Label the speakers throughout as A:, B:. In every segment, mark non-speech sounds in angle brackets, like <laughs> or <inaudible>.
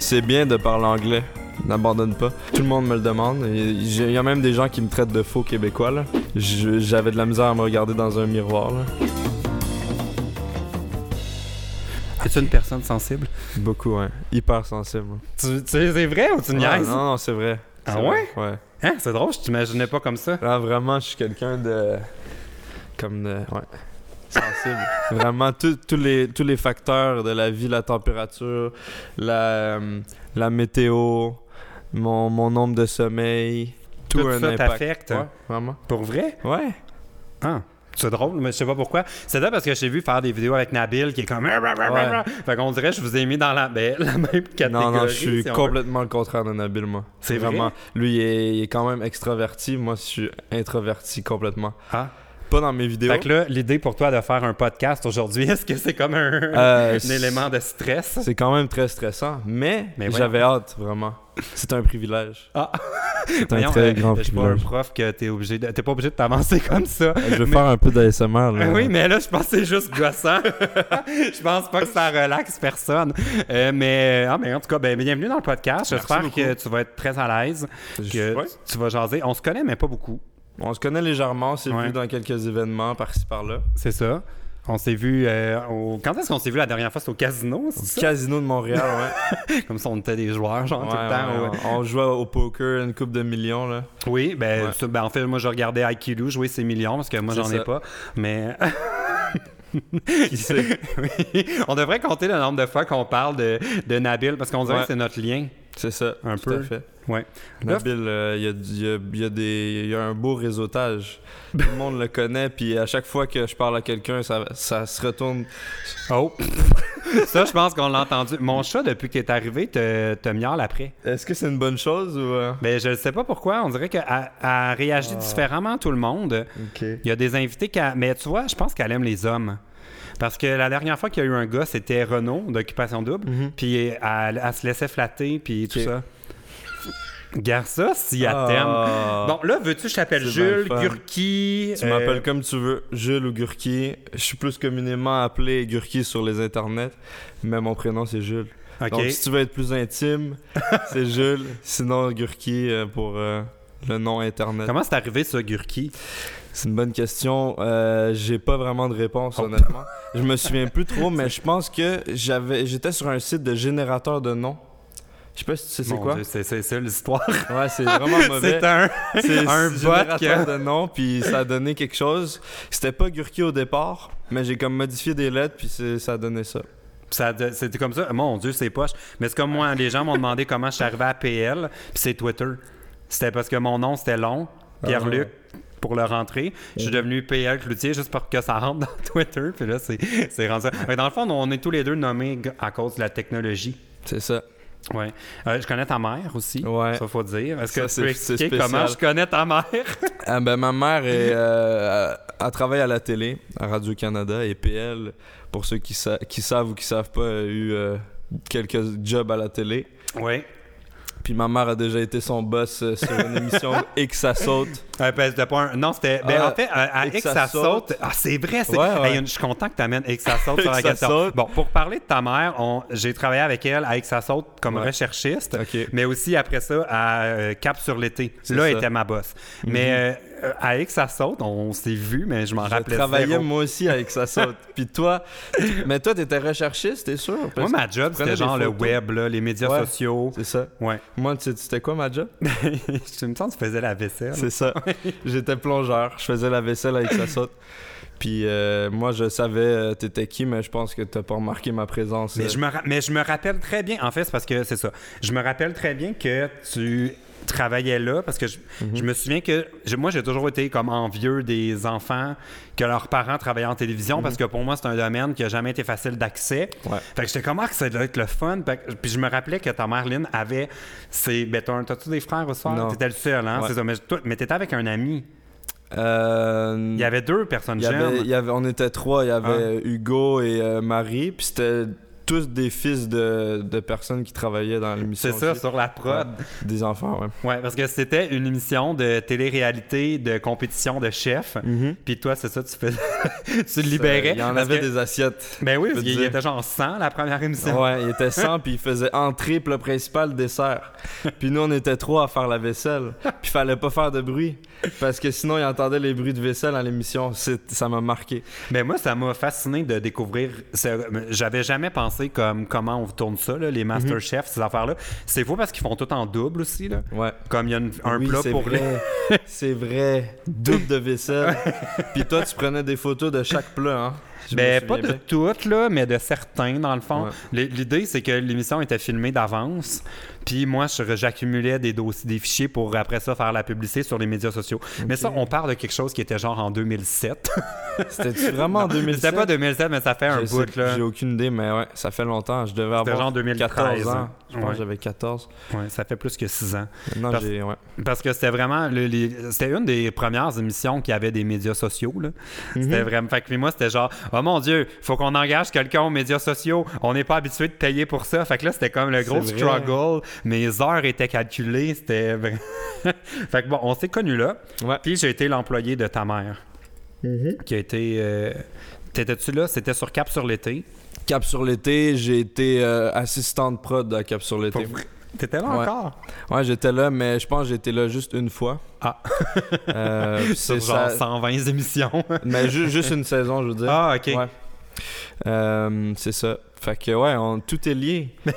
A: c'est bien de parler anglais. N'abandonne pas. Tout le monde me le demande. Il y a- il y a même des gens qui me traitent de faux québécois. là. Je- J'avais de la misère à me regarder dans un miroir. là.
B: Es-tu une personne sensible?
A: Beaucoup, hein. Hyper sensible.
B: Tu, tu- c'est vrai ou tu
A: Ah,
B: niaises?
A: non, non, c'est vrai.
B: Ah
A: C'est vrai, Ouais.
B: Hein? C'est drôle, je t'imaginais pas comme ça.
A: Là, vraiment, je suis quelqu'un de. Comme de. Ouais.
B: <laughs>
A: Sensible. vraiment, tout- tous les, tous les facteurs de la vie, la température, la, euh, la météo, mon, mon nombre de sommeil, tout,
B: Tout
A: un
B: ça
A: impact.
B: t'affecte.
A: Ouais, vraiment.
B: Pour vrai?
A: Ouais.
B: Ah. C'est drôle, mais je sais pas pourquoi. C'est là parce que j'ai vu faire des vidéos avec Nabil qui est comme. <laughs> Fait qu'on dirait que je vous ai mis dans la, ben, la même catégorie.
A: Non, non, je suis
B: si on veut.
A: complètement le contraire de Nabil, moi.
B: C'est
A: vraiment.
B: vrai?
A: Lui, il est, il est quand même extraverti. Moi, je suis introverti complètement.
B: Ah.
A: Pas dans mes vidéos.
B: Fait que là, l'idée pour toi de faire un podcast aujourd'hui, <laughs> est-ce que c'est comme un,
A: Euh,
B: un
A: c'est-
B: élément de stress?
A: C'est quand même très stressant, mais,
B: Mais voyons.
A: j'avais hâte, vraiment. C'est un privilège.
B: Ah.
A: <laughs> C'est un
B: Voyons,
A: très
B: euh,
A: grand
B: Je suis pas un <laughs>
A: privilège.
B: prof que t'es obligé de- t'es pas obligé de t'avancer <laughs> comme ça.
A: Je vais faire un peu d'ASMR, là.
B: <laughs> Ah Oui, mais là, je pense que c'est juste gossant. <laughs> je pense pas que ça relaxe personne. Euh, mais, ah, mais en tout cas, ben, bienvenue dans le podcast. J'espère
A: beaucoup.
B: que tu vas être très à l'aise, que
A: Je- ouais.
B: tu vas jaser. On se connaît, mais pas beaucoup.
A: On se connaît légèrement, on s'est
B: Ouais.
A: vu dans quelques événements par-ci par-là.
B: C'est ça. On s'est vu euh, au... Quand est-ce qu'on s'est vu la dernière fois? C'était au casino, c'est ça?
A: Casino de Montréal, ouais.
B: Comme si on était des joueurs, genre,
A: Ouais,
B: tout le temps.
A: ouais,
B: <laughs> ouais.
A: On on jouait au poker, une coupe de millions, là.
B: Oui, ben,
A: Ouais.
B: ça, ben, en fait, moi, je regardais Aikilu jouer ses millions parce que moi,
A: C'est
B: j'en ai
A: ça.
B: pas.
A: <laughs>
B: Mais.
A: sait?
B: <laughs> Oui. On devrait compter le nombre de fois qu'on parle de, de Nabil parce qu'on dirait
A: Ouais.
B: que c'est notre lien.
A: C'est ça,
B: Un
A: tout
B: peu.
A: à fait.
B: Ouais.
A: Nabil, euh, il y, a du- il y a- il y a des- il y a un beau réseautage. Tout le monde le connaît, puis à chaque fois que je parle à quelqu'un, ça, ça se retourne.
B: Oh! <laughs> ça, je pense qu'on l'a entendu. Mon chat, depuis qu'il est arrivé, te, te miaule après.
A: Est-ce que c'est une bonne chose ou. euh?
B: Ben, je ne sais pas pourquoi. On dirait qu'elle elle
A: Ah.
B: réagit différemment à tout le monde. Il y a des invités qui. Mais tu vois, je pense qu'elle aime les hommes. Parce que la dernière fois qu'il y a eu un gars, c'était Renaud d'Occupation Double. Puis elle, elle se laissait flatter, puis tout
A: Mm-hmm. Ok.
B: ça. Garde ça si elle
A: Ah.
B: t'aime. Bon, là, veux-tu que je t'appelle
A: C'est
B: Jules,
A: bien le fun.
B: Gurki euh,
A: Tu m'appelles comme tu veux, Jules ou Gurki. Je suis plus communément appelé Gurki sur les internets, mais mon prénom c'est Jules.
B: Ok.
A: Donc si tu veux être plus intime,
B: <laughs>
A: c'est Jules. Sinon Gurki euh, pour euh, le nom internet.
B: Comment c'est arrivé ça, Gurki
A: C'est une bonne question. Euh, j'ai pas vraiment de réponse honnêtement. Je me souviens plus <laughs> trop, mais je pense que j'avais, j'étais sur un site de générateur de noms. Je sais pas si tu sais c'est
B: Mon
A: quoi.
B: Dieu, C'est c'est ça l'histoire.
A: Ouais, c'est <laughs> vraiment mauvais.
B: C'est un.
A: C'est
B: Un
A: un
B: bot
A: bot
B: qui-
A: de nom, puis ça a donné quelque chose. C'était pas Gurki au départ, mais j'ai comme modifié des lettres, puis c'est- ça a donné ça.
B: Ça de- C'était comme ça. Mon Dieu, c'est poche. Mais c'est comme moi, les gens m'ont demandé comment je suis arrivé à PL, puis c'est Twitter. C'était parce que mon nom, c'était long,
A: Ah
B: Pierre-Luc, pour le rentrer. Je suis devenu PL Cloutier juste pour que ça rentre dans <laughs> Twitter, puis là, c'est c'est rendu ça. Fait que Dans le fond, on est tous les deux nommés g- à cause de la technologie.
A: C'est ça.
B: Ouais. Euh, je connais ta mère aussi,
A: Ouais.
B: ça faut dire. Est-ce
A: Ça,
B: que tu peux
A: c'est- c'est
B: expliquer
A: spécial.
B: comment je connais ta mère?
A: Ah, ben, ma mère, <laughs> est, euh, elle- elle travaille à la télé, à Radio-Canada, et PL, pour ceux qui, sa- qui savent ou qui savent pas, a eu euh, quelques jobs à la télé.
B: oui.
A: Puis ma mère a déjà été son boss euh, sur une
B: <laughs>
A: émission et que ça saute.
B: Euh, ben, c'était pas un- Non, c'était. Ben,
A: Ah,
B: en fait, à, à
A: et que
B: X,
A: ça
B: ça saute.
A: saute.
B: Ah, c'est vrai. c'est-
A: Ouais, ouais.
B: Hey, je suis content que tu amènes X, ça
A: <laughs>
B: saute sur
A: Et
B: la
A: que ça
B: question.
A: saute.
B: Bon, pour parler de ta mère, on- j'ai travaillé avec elle à X, ça saute comme
A: Ouais.
B: recherchiste,
A: Ok.
B: mais aussi après ça à euh, Cap sur l'été.
A: C'est
B: Là,
A: ça. Mhm.
B: était ma boss. Mais euh, à X, ça saute, on s'est vu, mais je m'en
A: Je
B: rappelais
A: travaillais
B: zéro.
A: moi aussi avec ça saute. Puis toi, tu- mais toi, t'étais recherchiste, t'es sûr?
B: Moi,
A: Parce que
B: ma
A: tu
B: job,
A: prenais
B: c'était
A: des
B: genre le
A: photos.
B: web, là, les médias
A: Ouais.
B: sociaux.
A: C'est ça.
B: Ouais. <laughs>
A: Moi, tu sais, tu sais quoi, ma job?
B: je me sens que tu faisais la vaisselle.
A: C'est ça. <laughs> J'étais plongeur. Je faisais la vaisselle avec sa saute. Puis euh, moi, je savais euh, t'étais qui, mais je pense que t'as pas remarqué ma présence.
B: Mais
A: euh.
B: je, me ra- mais je me rappelle très bien, en fait, c'est parce que c'est ça. Je me rappelle très bien que tu travaillais là parce que je,
A: Mhm.
B: je me souviens que je- moi, j'ai toujours été comme envieux des enfants que leurs parents travaillaient en télévision parce que pour moi, c'est un domaine qui n'a jamais été facile d'accès.
A: Mhm. Ouais.
B: Fait que j'étais comme, ah, ça doit être le fun. Fait que- puis je me rappelais que ta mère, Lynn, avait ses. Ben, t'as- t'as-tu des frères ou soeurs?
A: Non.
B: T'étais le seul, hein?
A: Ouais.
B: C'est ça. Mais, toi- mais t'étais avec un ami.
A: Euh,
B: Il y avait deux personnes
A: il y avait-
B: jeunes. Hein?
A: il y avait- on était trois. Il y avait Hugo et euh, Marie. Puis c'était tous des fils de, de personnes qui travaillaient dans l'émission.
B: C'est ça,
A: aussi.
B: sur la prod.
A: Ouais, Des enfants, ouais.
B: Ouais, parce que c'était une émission de télé-réalité, de compétition de chef. Puis toi, c'est ça, tu, fais... <laughs> tu le libérais.
A: Il y en
B: parce
A: avait
B: que-
A: des assiettes.
B: Ben oui,
A: je
B: parce
A: veux
B: qu'il
A: dire.
B: était genre 100 la première émission.
A: <laughs> Ouais, il était 100 puis il faisait entrée, plat principal, dessert. Puis nous, on était trois à faire la vaisselle. Puis fallait pas faire de bruit parce que sinon, il entendait les bruits de vaisselle à l'émission. C'est- Ça m'a marqué.
B: Mais moi, ça m'a fasciné de découvrir. ce- J'avais jamais pensé comme comment on tourne ça, là,
A: Mhm.
B: les Master Chefs, ces affaires-là. C'est faux parce qu'ils font tout en double aussi. Là.
A: Ouais.
B: Comme il y a une- un
A: Oui,
B: plat
A: c'est
B: pour les-
A: vrai. C'est vrai. Double de vaisselle. puis toi, tu prenais des photos de chaque plat, hein? Je me
B: Ben,
A: souviens
B: pas de
A: bien.
B: toutes, là, mais de certains, dans le fond.
A: Ouais.
B: L- L'idée, c'est que l'émission était filmée d'avance. Puis moi, je- j'accumulais des dossiers, des fichiers pour après ça faire la publicité sur les médias sociaux. Mais ça, on parle de quelque chose qui était genre en 2007.
A: C'était vraiment en 2007.
B: <laughs> C'était pas 2007, mais ça fait un
A: Je sais-
B: bout, là.
A: J'ai aucune idée, mais ouais, ça fait longtemps. Je devais avoir
B: genre 2013,
A: 14 ans.
B: hein.
A: Je pense
B: Ouais.
A: que j'avais 14.
B: Ouais, ça fait plus que six ans.
A: Maintenant,
B: Parce-
A: j'ai. Ouais.
B: Parce que c'était vraiment. le- les- c'était une des premières émissions qui avait des médias sociaux. là.
A: Mhm.
B: C'était vraiment. Fait que moi, c'était genre, oh mon Dieu, faut qu'on engage quelqu'un aux médias sociaux. On n'est pas habitué de payer pour ça. Fait que là, c'était comme le gros
A: C'est vrai.
B: struggle. Mes heures étaient calculées. C'était. vrai- <laughs> fait que bon, on s'est connus là.
A: Ouais. Mhm.
B: Puis j'ai été l'employé de ta mère. Qui a été. euh, T'étais-tu là? C'était sur Cap sur l'été.
A: Cap sur l'été, j'ai été euh, assistante prod à Cap sur l'été.
B: Pour vrai? T'étais là
A: Ouais.
B: encore?
A: Ouais, j'étais là, mais je pense que j'étais là juste une fois.
B: Ah.
A: Euh,
B: <laughs> Sur
A: c'est ça.
B: genre 120
A: <laughs>
B: émissions.
A: Mais ju- juste une saison, je veux dire.
B: ah, OK.
A: Ouais. Euh, c'est ça. Fait que ouais, on- tout est
B: <laughs>
A: lié. Euh,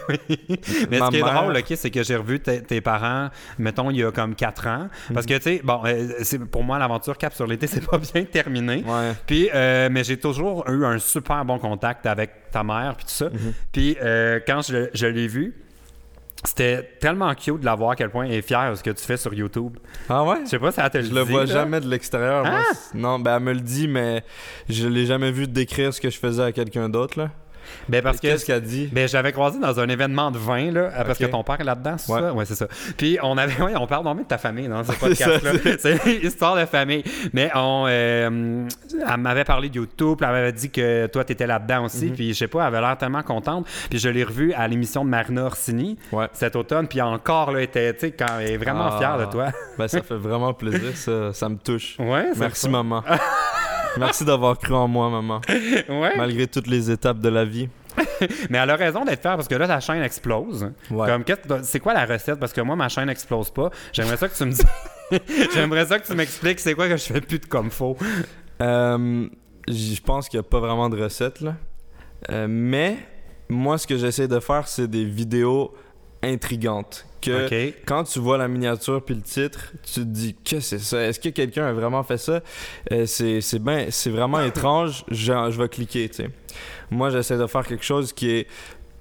B: Mais
A: Ma
B: ce qui est
A: mère-
B: drôle, OK, c'est que j'ai revu tes tes parents, mettons, il y a comme 4 ans. Parce que, tu sais, bon, euh, c'est- pour moi, l'aventure Cap sur l'été, <laughs> c'est pas bien terminé.
A: Ouais.
B: Puis, euh, mais j'ai toujours eu un super bon contact avec ta mère, puis tout ça.
A: Mhm.
B: Puis, euh, quand je, je l'ai vue, c'était tellement cute de la voir à quel point elle est fière de ce que tu fais sur YouTube.
A: Ah ouais?
B: Je sais pas si elle te le
A: Je le
B: dit,
A: vois
B: là.
A: jamais de l'extérieur. moi.
B: Ah!
A: C'est- Non, ben elle me le dit, mais je l'ai jamais vu décrire ce que je faisais à quelqu'un d'autre. là.
B: Ben, parce que
A: Qu'est-ce qu'elle dit?
B: Ben, j'avais croisé dans un événement de vin, là, euh, parce
A: Ok.
B: que ton père est là-dedans, c'est
A: Ouais.
B: ça? Ouais, c'est ça. Puis on avait, <laughs> ouais, on parle normalement de ta famille dans ce
A: <laughs> C'est ça,
B: podcast-là. <laughs> c'est histoire de famille. Mais on, euh, elle m'avait parlé de YouTube, puis elle m'avait dit que toi, t'étais là-dedans aussi,
A: Mhm.
B: puis je sais pas, elle avait l'air tellement contente. Puis je l'ai revue à l'émission de Marina Orsini
A: Ouais.
B: cet automne, puis encore, là, était, tu sais, quand elle est vraiment
A: Ah.
B: fière de toi.
A: Ben, ça fait vraiment plaisir, ça, ça me touche.
B: <laughs> Ouais, c'est
A: Merci,
B: le fun.
A: maman. Merci d'avoir cru en moi, maman,
B: Ouais.
A: malgré toutes les étapes de la vie.
B: Mais elle a raison d'être fière parce que là, ta chaîne explose.
A: Ouais.
B: Comme, qu'est-ce que- c'est quoi la recette? Parce que moi, ma chaîne n'explose pas. J'aimerais ça que tu me dis- <laughs> J'aimerais ça que tu m'expliques c'est quoi que je fais plus de comme faux.
A: Euh, j- je pense qu'il n'y a pas vraiment de recette, là. Euh, mais moi, ce que j'essaie de faire, c'est des vidéos intrigantes. Que
B: OK.
A: quand tu vois la miniature puis le titre, tu te dis qu'est-ce que c'est ça Est-ce que quelqu'un a vraiment fait ça Euh, C'est c'est ben c'est vraiment
B: <laughs>
A: étrange. Je, je vais cliquer. tu sais. Moi, j'essaie de faire quelque chose qui est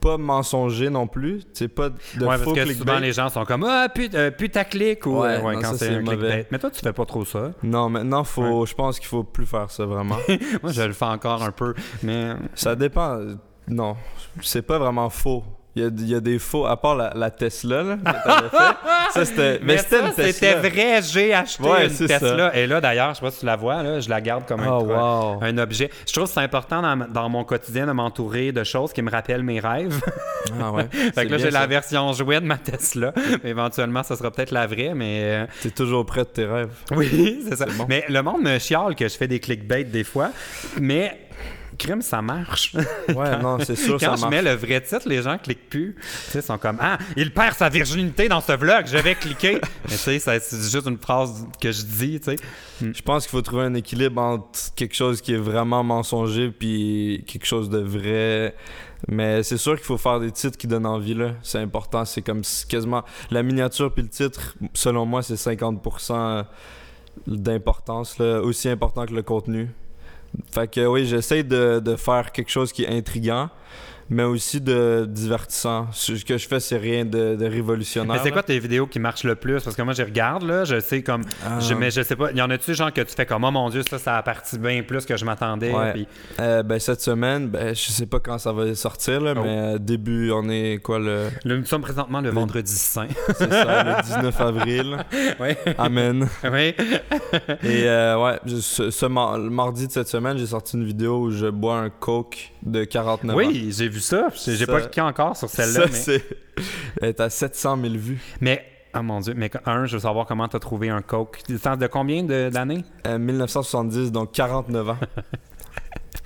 A: pas mensonger non plus. C'est pas de
B: Ouais,
A: faux
B: parce que
A: clickbait.
B: souvent, les gens sont comme Ah, put, euh, putaclic ou
A: Ouais,
B: euh, ouais,
A: non,
B: quand
A: ça,
B: c'est
A: c'est
B: un
A: mauvais.
B: clickbait. Mais toi, tu fais pas trop ça.
A: Non, maintenant faut. Je pense qu'il faut plus faire ça <laughs> vraiment.
B: Moi, je le fais encore un peu. Mais
A: ça dépend. Non, c'est pas vraiment faux. Il y, a, il y a des faux, à part la, la Tesla là, que t'avais <laughs> fait. Ça, c'était. Mais,
B: Mais
A: c'était
B: ça,
A: une Tesla.
B: c'était vrai, j'ai acheté
A: Ouais,
B: une
A: c'est
B: Tesla. Et là, d'ailleurs, je sais pas si tu la vois, là, je la garde comme un,
A: Oh,
B: truc,
A: wow.
B: un objet. Je trouve que c'est important dans, dans mon quotidien de m'entourer de choses qui me rappellent mes rêves.
A: Ah ouais.
B: Fait
A: C'est
B: que là,
A: bien
B: j'ai
A: ça.
B: la version jouet de
A: <laughs>
B: ma Tesla. Éventuellement, ça sera peut-être la vraie, mais. euh, <laughs>
A: T'es toujours près de tes rêves.
B: Oui, c'est ça.
A: C'est bon.
B: Mais le monde me chiale que je fais des clickbait des fois, mais. Crime, ça marche.
A: Ouais, non, c'est sûr, ça
B: <laughs> Quand
A: marche.
B: je mets le vrai titre, les gens cliquent plus. Tu sais, ils sont comme Ah, il perd sa virginité dans ce vlog, je
A: <laughs>
B: vais cliquer. Mais tu sais, ça, c'est juste une phrase que je dis, tu sais.
A: Je pense qu'il faut trouver un équilibre entre quelque chose qui est vraiment mensonger puis quelque chose de vrai. Mais c'est sûr qu'il faut faire des titres qui donnent envie, là. C'est important. C'est comme si- quasiment la miniature puis le titre, selon moi, c'est 50% d'importance, là, aussi important que le contenu. Fait que oui, j'essaie de, de faire quelque chose qui est intriguant, mais aussi de divertissant. Ce que je fais, c'est rien de, de révolutionnaire.
B: Mais c'est
A: là.
B: quoi tes vidéos qui marchent le plus? Parce que moi, je regarde, là, je sais comme. je-
A: Euh,
B: mais je sais pas, y en a-tu, genre, que tu fais comme Oh mon Dieu, ça, ça a parti bien plus que je m'attendais.
A: Ouais.
B: puis-
A: Euh, ben, cette semaine, ben, je sais pas quand ça va sortir, là,
B: Oh.
A: mais euh, début, on est quoi le.
B: Là, nous sommes présentement le vendredi
A: <laughs>
B: saint.
A: C'est
B: <laughs>
A: ça, le 19 avril.
B: oui.
A: Amen.
B: oui.
A: Et euh, ouais, je- ce, ce mar- le mardi de cette semaine, j'ai sorti une vidéo où je bois un Coke de 49 ans.
B: Oui, j'ai vu ça. J'ai j'ai
A: Ça-
B: pas cliqué encore sur
A: Ça,
B: celle-là. Mais...
A: c'est. Elle est à 700 000 vues.
B: mais, ah mon Dieu, mais un, je veux savoir comment t'as trouvé un Coke. Tu sens De combien de- d'années?
A: Euh, 1970, donc 49
B: <laughs>
A: ans.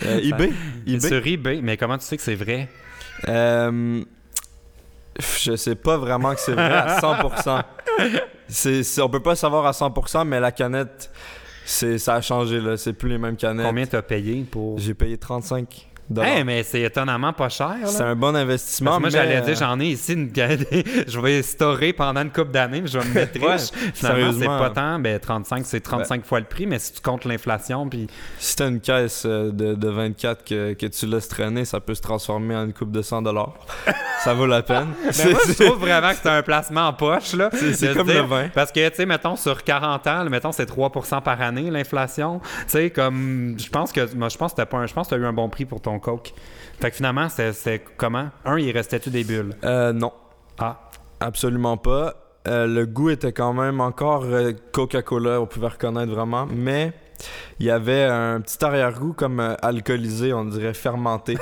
A: Euh, eBay. eBay.
B: Sur eBay. Mais comment tu sais que c'est vrai?
A: Euh, je sais pas vraiment que c'est vrai à 100%. c'est, c'est- on peut pas savoir à 100%, mais la canette, c'est, ça a changé. Là. C'est plus les mêmes canettes.
B: Combien t'as payé pour...
A: J'ai payé 35 dollars.
B: Hey, mais c'est étonnamment pas cher. là.
A: c'est un bon
B: Parce
A: investissement.
B: que moi,
A: mais,
B: j'allais dire,
A: euh,
B: j'en ai ici une galette. <laughs> je vais storer pendant une couple d'années, puis je vais me
A: <laughs>
B: mettre
A: Ouais,
B: riche. Finalement, c'est
A: sérieusement. Ben.
B: pas tant. Ben, 35, c'est 35 fois le prix, mais si tu comptes l'inflation, puis
A: Si t'as une caisse euh, de, de 24 que, que tu laisses traîner, ça peut se transformer en une coupe de 100 dollars. ça vaut la peine.
B: <laughs> Ben, moi, je trouve vraiment que c'est un placement en poche, là.
A: C'est- c'est
B: De
A: comme
B: dire-
A: le vin.
B: Parce que, tu sais, mettons, sur 40 ans, là, mettons, c'est 3 par année, l'inflation. Tu sais, comme, je pense que, moi, je pense que t'as pas un- je pense que t'as eu un bon prix pour ton Coke. Fait que finalement, c'est- c'est comment? Un, il restait-tu des bulles?
A: Euh, non.
B: Ah.
A: Absolument pas. Euh, le goût était quand même encore euh, Coca-Cola, on pouvait reconnaître vraiment, mais il y avait un petit arrière-goût comme euh, alcoolisé, on dirait
B: <laughs>
A: fermenté.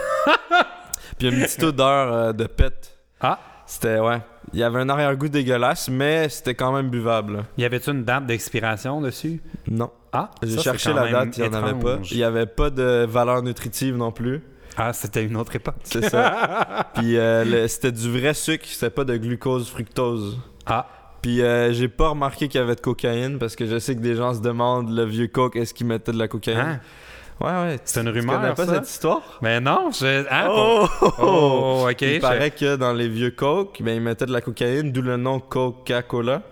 A: Puis une petite odeur euh, de pète.
B: Ah.
A: C'était, ouais. Il y avait un arrière-goût dégueulasse, mais c'était quand même buvable. là.
B: Y avait-tu une date d'expiration dessus?
A: Non.
B: Ah. ça,
A: J'ai
B: c'est
A: cherché
B: quand
A: la
B: même
A: date, il n'y en avait pas.
B: étrange.
A: Il n'y avait pas de valeur nutritive non plus.
B: Ah, c'était une autre époque.
A: C'est ça.
B: <laughs>
A: Puis euh, le- c'était du vrai sucre, c'était pas de glucose, fructose.
B: Ah.
A: Puis euh, j'ai pas remarqué qu'il y avait de cocaïne parce que je sais que des gens se demandent le vieux coke est-ce qu'il mettait de la
B: Hein?
A: cocaïne. Ouais ouais.
B: C'est une
A: Euh, Tu
B: rumeur,
A: connais pas
B: ça?
A: cette histoire
B: Mais non, je... Hein,
A: oh,
B: pour- Oh, OK.
A: Il
B: je-
A: paraît que dans les vieux coke, ben ils mettaient de la cocaïne, d'où le nom Coca-Cola.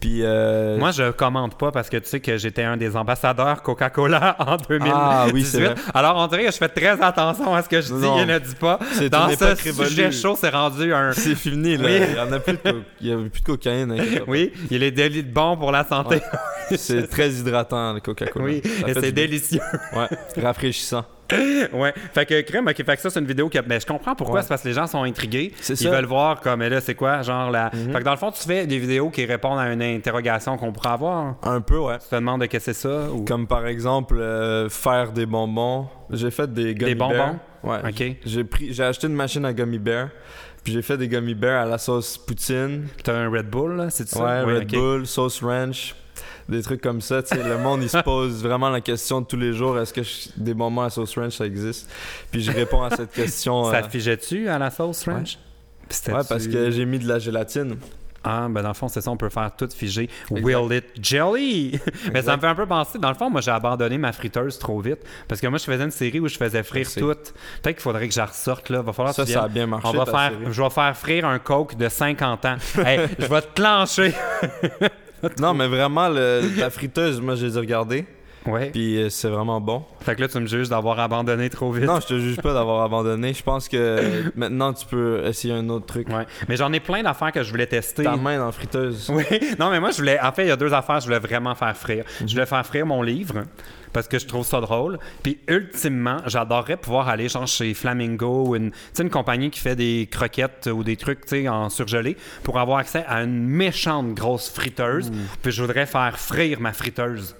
A: Puis euh,
B: Moi, je commente pas parce que tu sais que j'étais un des ambassadeurs Coca-Cola <laughs> en 2018.
A: Ah oui, c'est vrai.
B: Alors, on dirait que je fais très attention à ce que je dis
A: Non.
B: et ne dis pas.
A: C'est
B: Dans
A: une
B: ce
A: époque
B: sujet
A: révolue.
B: chaud, c'est rendu un...
A: c'est fini là.
B: Oui.
A: Il y en a plus de co- il y avait plus de cocaïne. inquiète-toi pas.
B: Oui, il est délit bon pour la santé.
A: C'est très hydratant le Coca-Cola.
B: <laughs> Oui,
A: Ça
B: et
A: fait
B: c'est
A: du bien.
B: délicieux. <laughs>
A: Ouais, rafraîchissant.
B: ouais. Fait que crème, ok. Fait que ça, c'est une vidéo que. Mais je comprends pourquoi.
A: Ouais.
B: C'est parce que les gens sont intrigués.
A: C'est
B: Ils
A: ça. Mm-hmm.
B: veulent voir comme. Mais là, c'est quoi, genre la. Fait que dans le fond, tu fais des vidéos qui répondent à une interrogation qu'on pourrait avoir.
A: Un peu ouais.
B: Tu te demandes de qu'est-ce que c'est ça ou.
A: Comme par exemple euh, faire des bonbons. J'ai fait des gummy
B: Des bonbons?
A: bears. Ouais.
B: Ok.
A: J'ai pris, j'ai acheté une machine à gummy bear, puis j'ai fait des gummy bears à la sauce poutine,
B: T'as un Red Bull, là, c'est ça?
A: ouais,
B: Oui,
A: Red
B: ok.
A: Bull, sauce ranch, des trucs comme ça. Tu sais, le monde il se
B: <laughs>
A: pose vraiment la question de tous les jours, est-ce que je- des bonbons à sauce ranch ça existe Puis je réponds à cette question.
B: <laughs> Ça
A: euh,
B: te figeait-tu à la sauce ranch? C'était-tu-
A: ouais, parce que j'ai mis de la gélatine.
B: Ah, ben dans le fond, c'est ça, on peut faire tout figé.
A: Exact.
B: Will it jelly? <laughs> Mais ça me fait un peu penser. Dans le fond, moi, j'ai abandonné ma friteuse trop vite. Parce que moi, je faisais une série où je faisais frire
A: Merci.
B: tout. Peut-être qu'il faudrait que je la ressorte, là. Va falloir que
A: Ça,
B: tu
A: ça a
B: viennes.
A: bien marché.
B: On va
A: ta
B: faire,
A: série.
B: je vais faire frire un coke de
A: <laughs>
B: 50 ans. Hey, je vais te clencher.
A: Non, mais vraiment, le- la friteuse, moi, je les ai regardées,
B: Ouais.
A: puis euh, c'est vraiment bon.
B: Fait que là, tu me juges d'avoir abandonné trop vite.
A: Non, je te juge pas d'avoir abandonné. Je pense que maintenant tu peux essayer un autre truc.
B: Ouais. Mais j'en ai plein d'affaires que je voulais tester.
A: Ta main dans la friteuse.
B: <laughs> Oui, non, mais moi, je voulais. En fait, il y a deux affaires, je voulais vraiment faire frire.
A: Mhm.
B: Je voulais faire frire mon livre parce que je trouve ça drôle. Puis, ultimement, j'adorerais pouvoir aller, genre, chez Flamingo ou une, tu sais, une compagnie qui fait des croquettes ou des trucs, tu sais, en surgelé pour avoir accès à une méchante grosse
A: Mhm.
B: friteuse. Puis, je voudrais faire frire ma friteuse.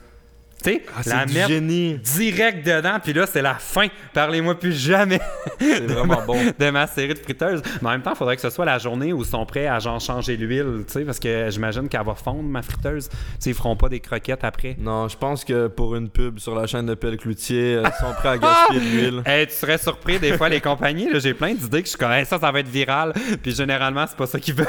B: Tu sais,
A: Ah,
B: la
A: c'est du
B: mettre
A: génie.
B: direct dedans, puis là, c'est la fin. Parlez-moi plus jamais
A: <laughs> C'est vraiment bon.
B: de ma série de friteuses. Mais en même temps, il faudrait que ce soit la journée où ils sont prêts à genre changer l'huile, tu sais, parce que j'imagine qu'elle va fondre ma friteuse. Tu sais, ils feront pas des
A: <laughs>
B: croquettes après.
A: Non, je pense que pour une pub sur la chaîne de Pelle Cloutier, euh, ils sont prêts à gaspiller de
B: <laughs>
A: l'huile.
B: Hey, tu serais surpris des fois les compagnies, là, j'ai plein d'idées que je connais, ça ça va être viral, puis généralement c'est pas ça qu'ils veulent.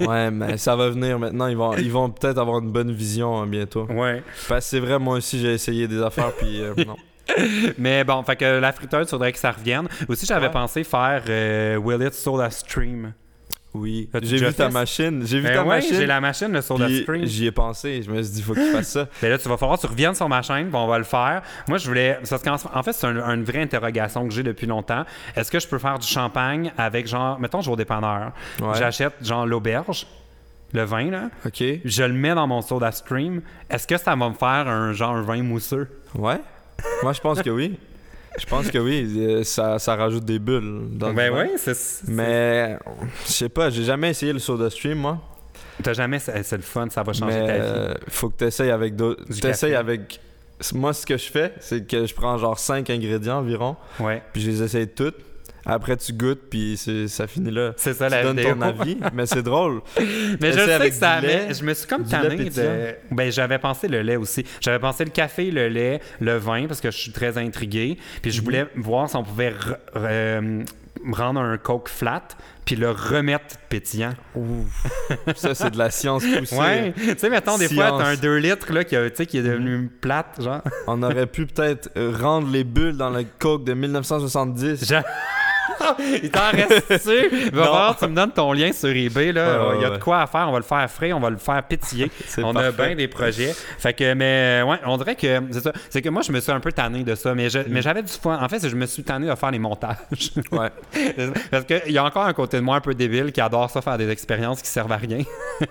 A: Ouais, mais ça va venir maintenant. Ils vont, ils vont peut-être avoir une bonne vision hein, bientôt.
B: Ouais.
A: Parce que c'est vrai, moi aussi, j'ai essayé des affaires, puis euh, non.
B: Mais bon, fait que la friteuse, faudrait que ça revienne. Aussi j'avais
A: Ouais.
B: pensé faire euh, Will It Soda Stream.
A: Oui.
B: As-tu
A: J'ai
B: déjà
A: vu ta
B: fait?
A: machine. J'ai vu
B: Ben
A: ta
B: ouais, j'ai
A: machine.
B: la machine le Soda
A: puis
B: Stream.
A: J'y ai pensé. Je me suis dit, faut que tu fasses ça.
B: Mais Ben là, tu vas falloir que tu reviennes sur ma chaîne, puis on va le faire. Moi, je voulais. Parce qu'en en fait, c'est un- une vraie interrogation que j'ai depuis longtemps. Est-ce que je peux faire du champagne avec genre. Mettons, je vais au dépanneur.
A: Ouais.
B: J'achète genre l'auberge, le vin, là.
A: OK.
B: Je le mets dans mon soda stream. Est-ce que ça va me faire un genre un vin mousseux?
A: Ouais. Moi, je pense que oui. Je pense que oui. Euh, Ça, ça rajoute des bulles. Dans le
B: ben
A: vin.
B: oui, c'est. c'est-
A: Mais je sais pas, j'ai jamais essayé le soda stream moi.
B: T'as jamais. C'est c'est le fun, ça va changer
A: mais
B: ta vie.
A: euh, faut que t'essayes avec d'autres.
B: Du
A: T'essayes
B: café.
A: avec moi, ce que je fais, c'est que je prends genre 5 ingrédients environ,
B: Ouais.
A: puis je les essaye toutes. Après, tu goûtes, puis c'est- ça finit là.
B: C'est ça
A: Tu
B: la
A: donnes
B: vidéo.
A: ton avis, mais c'est drôle.
B: Mais je
A: Essaie
B: sais
A: avec
B: que ça
A: du lait,
B: avait- Je me suis comme
A: du lait
B: tanné
A: pétillant.
B: de. Ben, j'avais pensé le lait aussi. J'avais pensé le café, le lait, le vin, parce que je suis très intrigué. Puis
A: Mhm.
B: je voulais voir si on pouvait re- re- rendre un coke flat, puis le remettre pétillant.
A: Ça, c'est de la science poussée.
B: Ouais. Tu sais, mettons, des fois,
A: Science. Mhm.
B: t'as un 2 litres là, qui, a- tu sais, qui est devenu
A: <laughs>
B: plate, genre.
A: On aurait pu peut-être euh, rendre les bulles dans le Coke de 1970.
B: Genre- Il t'en reste-tu? Va
A: Non.
B: voir, tu me donnes ton lien sur eBay. Là.
A: Ouais, ouais,
B: Il y a de
A: ouais.
B: quoi à faire. On va le faire frais, on va le faire pétiller.
A: C'est
B: on a
A: parfait.
B: bien des projets. Fait que, mais euh, ouais, on dirait que c'est ça. C'est que moi, je me suis un peu tanné de ça, mais je- mais j'avais du fun. En fait, je me suis tanné de faire les montages. <laughs>
A: Ouais.
B: Parce qu'il y a encore un côté de moi un peu débile qui adore ça, faire des expériences qui servent à rien.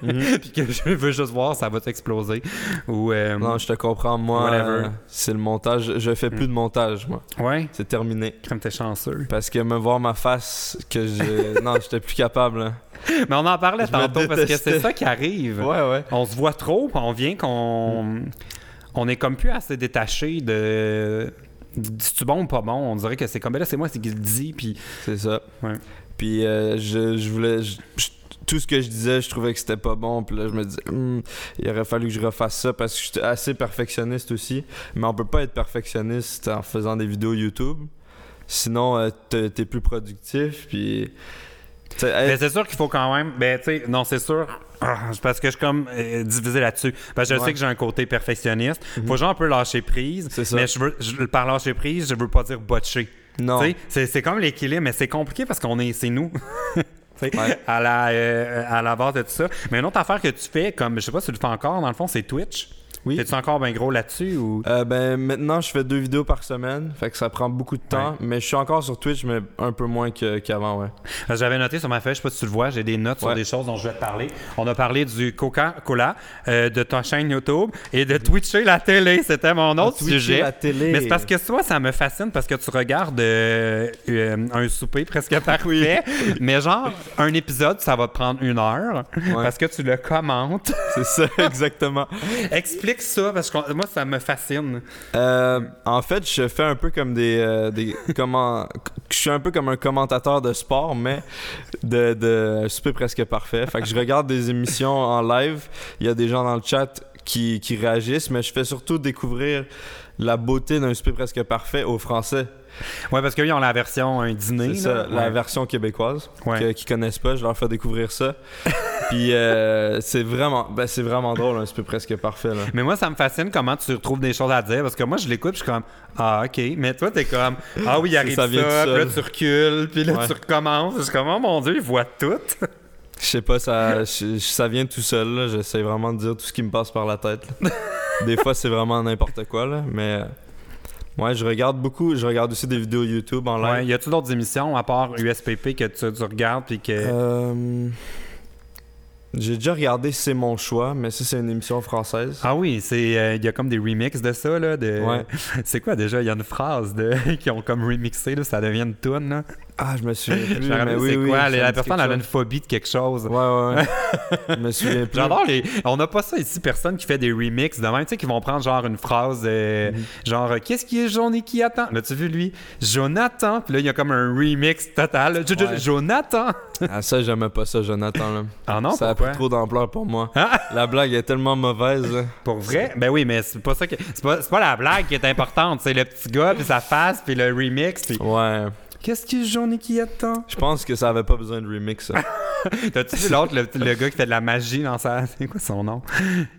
A: Mhm.
B: <laughs> Puis que je veux juste voir, ça va t'exploser. Ou. euh,
A: Non, je te comprends. Moi,
B: Whatever.
A: euh, c'est le montage. Je fais plus de montage, moi.
B: ouais,
A: C'est terminé.
B: comme t'es chanceux.
A: Parce que me voir ma face, que
B: <laughs>
A: je. non, j'étais plus capable. hein.
B: Mais on en parlait
A: Je me
B: tantôt parce que
A: détestais.
B: c'est ça qui arrive.
A: Ouais, ouais.
B: On se voit trop, puis on vient qu'on. On est comme plus assez détaché de. C'est-tu bon ou pas bon? On dirait que c'est comme. Ben là, c'est moi c'est qui le dit, puis.
A: C'est ça.
B: Ouais.
A: Puis euh, je, je voulais. je- je- tout ce que je disais, je trouvais que c'était pas bon. Puis là, je me disais, Hmm, il aurait fallu que je refasse ça parce que j'étais assez perfectionniste aussi. Mais on peut pas être perfectionniste en faisant des vidéos YouTube. Sinon, euh, t'es t'es plus productif. Puis. t'sais,
B: Ben,
A: être-
B: c'est sûr qu'il faut quand même. Ben, tu sais, non, c'est sûr. Ah, c'est parce que je suis comme euh, divisé là-dessus. Parce que je
A: Ouais. Mhm.
B: sais que j'ai un côté perfectionniste. Faut genre un peu lâcher prise.
A: C'est ça.
B: Mais je veux, je- par lâcher prise, je veux pas dire botcher.
A: non.
B: Tu sais, C'est, c'est comme l'équilibre, mais c'est compliqué parce qu'on est, c'est nous. <laughs> Tu sais,
A: Ouais.
B: à, la, euh, à la base de tout ça. Mais une autre affaire que tu fais, comme je sais pas si tu le fais encore, dans le fond, c'est Twitch.
A: Oui.
B: T'es-tu encore bien gros là-dessus ou.
A: Euh, ben maintenant je fais deux vidéos par semaine, fait que ça prend beaucoup de temps, mais je suis encore sur Twitch mais un peu moins que- qu'avant ouais. <laughs>
B: Parce que J'avais noté sur ma feuille, je sais pas si tu le vois, j'ai des notes sur
A: Ouais.
B: des choses dont je vais te parler. On a parlé du Coca-Cola, euh, de ta chaîne YouTube et de Twitcher la télé. C'était mon autre
A: Twitcher
B: sujet.
A: la télé.
B: Mais c'est parce que toi, ça me fascine parce que tu regardes euh, euh, un
A: <laughs>
B: souper presque parfait. mais genre, un épisode, ça va te prendre une heure parce que tu le commentes. <laughs>
A: C'est ça <laughs> exactement.
B: Explique ça parce que moi, ça me fascine.
A: Euh, en fait, je fais un peu comme des, euh, des <laughs> comment, je suis un peu comme un commentateur de sport, mais de, de super presque parfait. Fait que je regarde des émissions en live. Il y a des gens dans le chat qui, qui réagissent, mais je fais surtout découvrir la beauté d'un super presque parfait aux Français.
B: Ouais, parce qu'eux, ils ont la version un dîner.
A: C'est ça,
B: là.
A: la
B: Ouais.
A: version québécoise
B: Ouais.
A: que- qui connaissent pas. Je leur fais découvrir
B: <laughs>
A: ça. Puis euh, c'est vraiment, ben, c'est vraiment drôle, un peu presque parfait là.
B: Mais moi, ça me fascine comment tu retrouves des choses à dire parce que moi, je l'écoute, puis je suis comme Ah, ok. Mais toi, t'es comme Ah oui, il arrive
A: ça
B: ça,
A: vient tout
B: puis là,
A: seul.
B: tu recules, puis là,
A: Ouais.
B: tu recommences. Je suis comme Oh mon Dieu, il voit tout.
A: Je sais pas, ça, je- je- ça vient tout seul. là. J'essaie vraiment de dire tout ce qui me passe par la tête.
B: <laughs>
A: là. des fois, c'est vraiment n'importe quoi, là, mais euh, ouais, je regarde beaucoup. Je regarde aussi des vidéos YouTube en
B: Ouais,
A: live.
B: y a-tu d'autres émissions à part USPP que tu, tu regardes, puis que.
A: Euh, J'ai déjà regardé C'est mon choix, mais ça, c'est une émission française.
B: Ah oui, c'est euh, il y a comme des remixes de ça là de
A: Ouais.
B: <laughs> c'est quoi déjà il y a une phrase de <laughs> qui ont comme remixé là, ça devient une tune là.
A: Ah, je me
B: <laughs>
A: souviens
B: Je
A: plus.
B: me rappelle
A: mais oui,
B: c'est
A: oui,
B: quoi,
A: ça
B: la-
A: me
B: la
A: dit
B: personne
A: quelque
B: elle a une
A: chose.
B: phobie de quelque chose.
A: Ouais, ouais, ouais.
B: <laughs>
A: je me souviens plus.
B: J'adore les. On n'a pas ça ici, personne qui fait des remixes de même, tu sais, qui vont prendre genre une phrase, euh,
A: Mhm.
B: genre euh, Qu'est-ce qui est jaune et qui attend Là, tu vu lui Jonathan, puis là, il y a comme un remix total. là, Jo- Jo-
A: Ouais.
B: Jonathan
A: Ah, ça, j'aimais pas ça, Jonathan. Là.
B: Ah non,
A: ça a
B: pourquoi?
A: pris trop d'ampleur pour moi.
B: Ah!
A: La blague est tellement mauvaise. là.
B: Pour vrai Ben oui, mais c'est pas ça que. C'est pas, c'est pas la blague qui est importante, c'est le petit gars, puis sa face, puis le remix, puis.
A: Ouais.
B: Qu'est-ce qui est jaune et qui attend
A: Je pense que ça avait pas besoin de remix. ça.
B: T'as-tu vu l'autre, le, le gars qui fait de la magie dans sa. C'est quoi son nom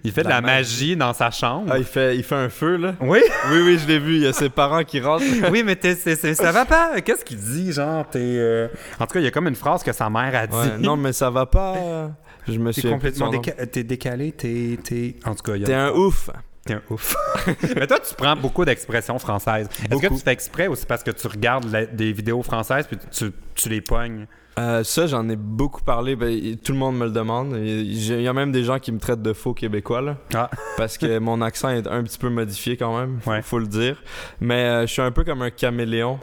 B: Il fait de
A: La
B: la magie dans sa chambre.
A: Ah, il fait, il fait un feu, là.
B: Oui
A: Oui, oui, je l'ai vu. Il y a ses parents qui rentrent.
B: Oui, mais t'es- c'est- c'est- ça va pas. Qu'est-ce qu'il dit, genre, t'es... euh, En tout cas, il y a comme une phrase que sa mère a
A: <laughs>
B: dit.
A: Ouais, non, mais ça va pas. Je me
B: <laughs> t'es
A: suis
B: complètement déca- t'es décalé, t'es... t'es- En tout cas, il y a-
A: T'es un ouf.
B: t'es un ouf. <laughs> mais toi, tu prends beaucoup d'expressions françaises. Est-ce que
A: Beaucoup.
B: tu fais exprès ou c'est parce que tu regardes la- des vidéos françaises puis tu, tu les pognes?
A: Euh, ça, j'en ai beaucoup parlé. ben, y- tout le monde me le demande. Il y- il y a même des gens qui me traitent de faux québécois, là.
B: Ah,
A: Parce que mon accent est un petit peu modifié quand même, faut,
B: Ouais.
A: faut le dire. Mais euh, je suis un peu comme un caméléon.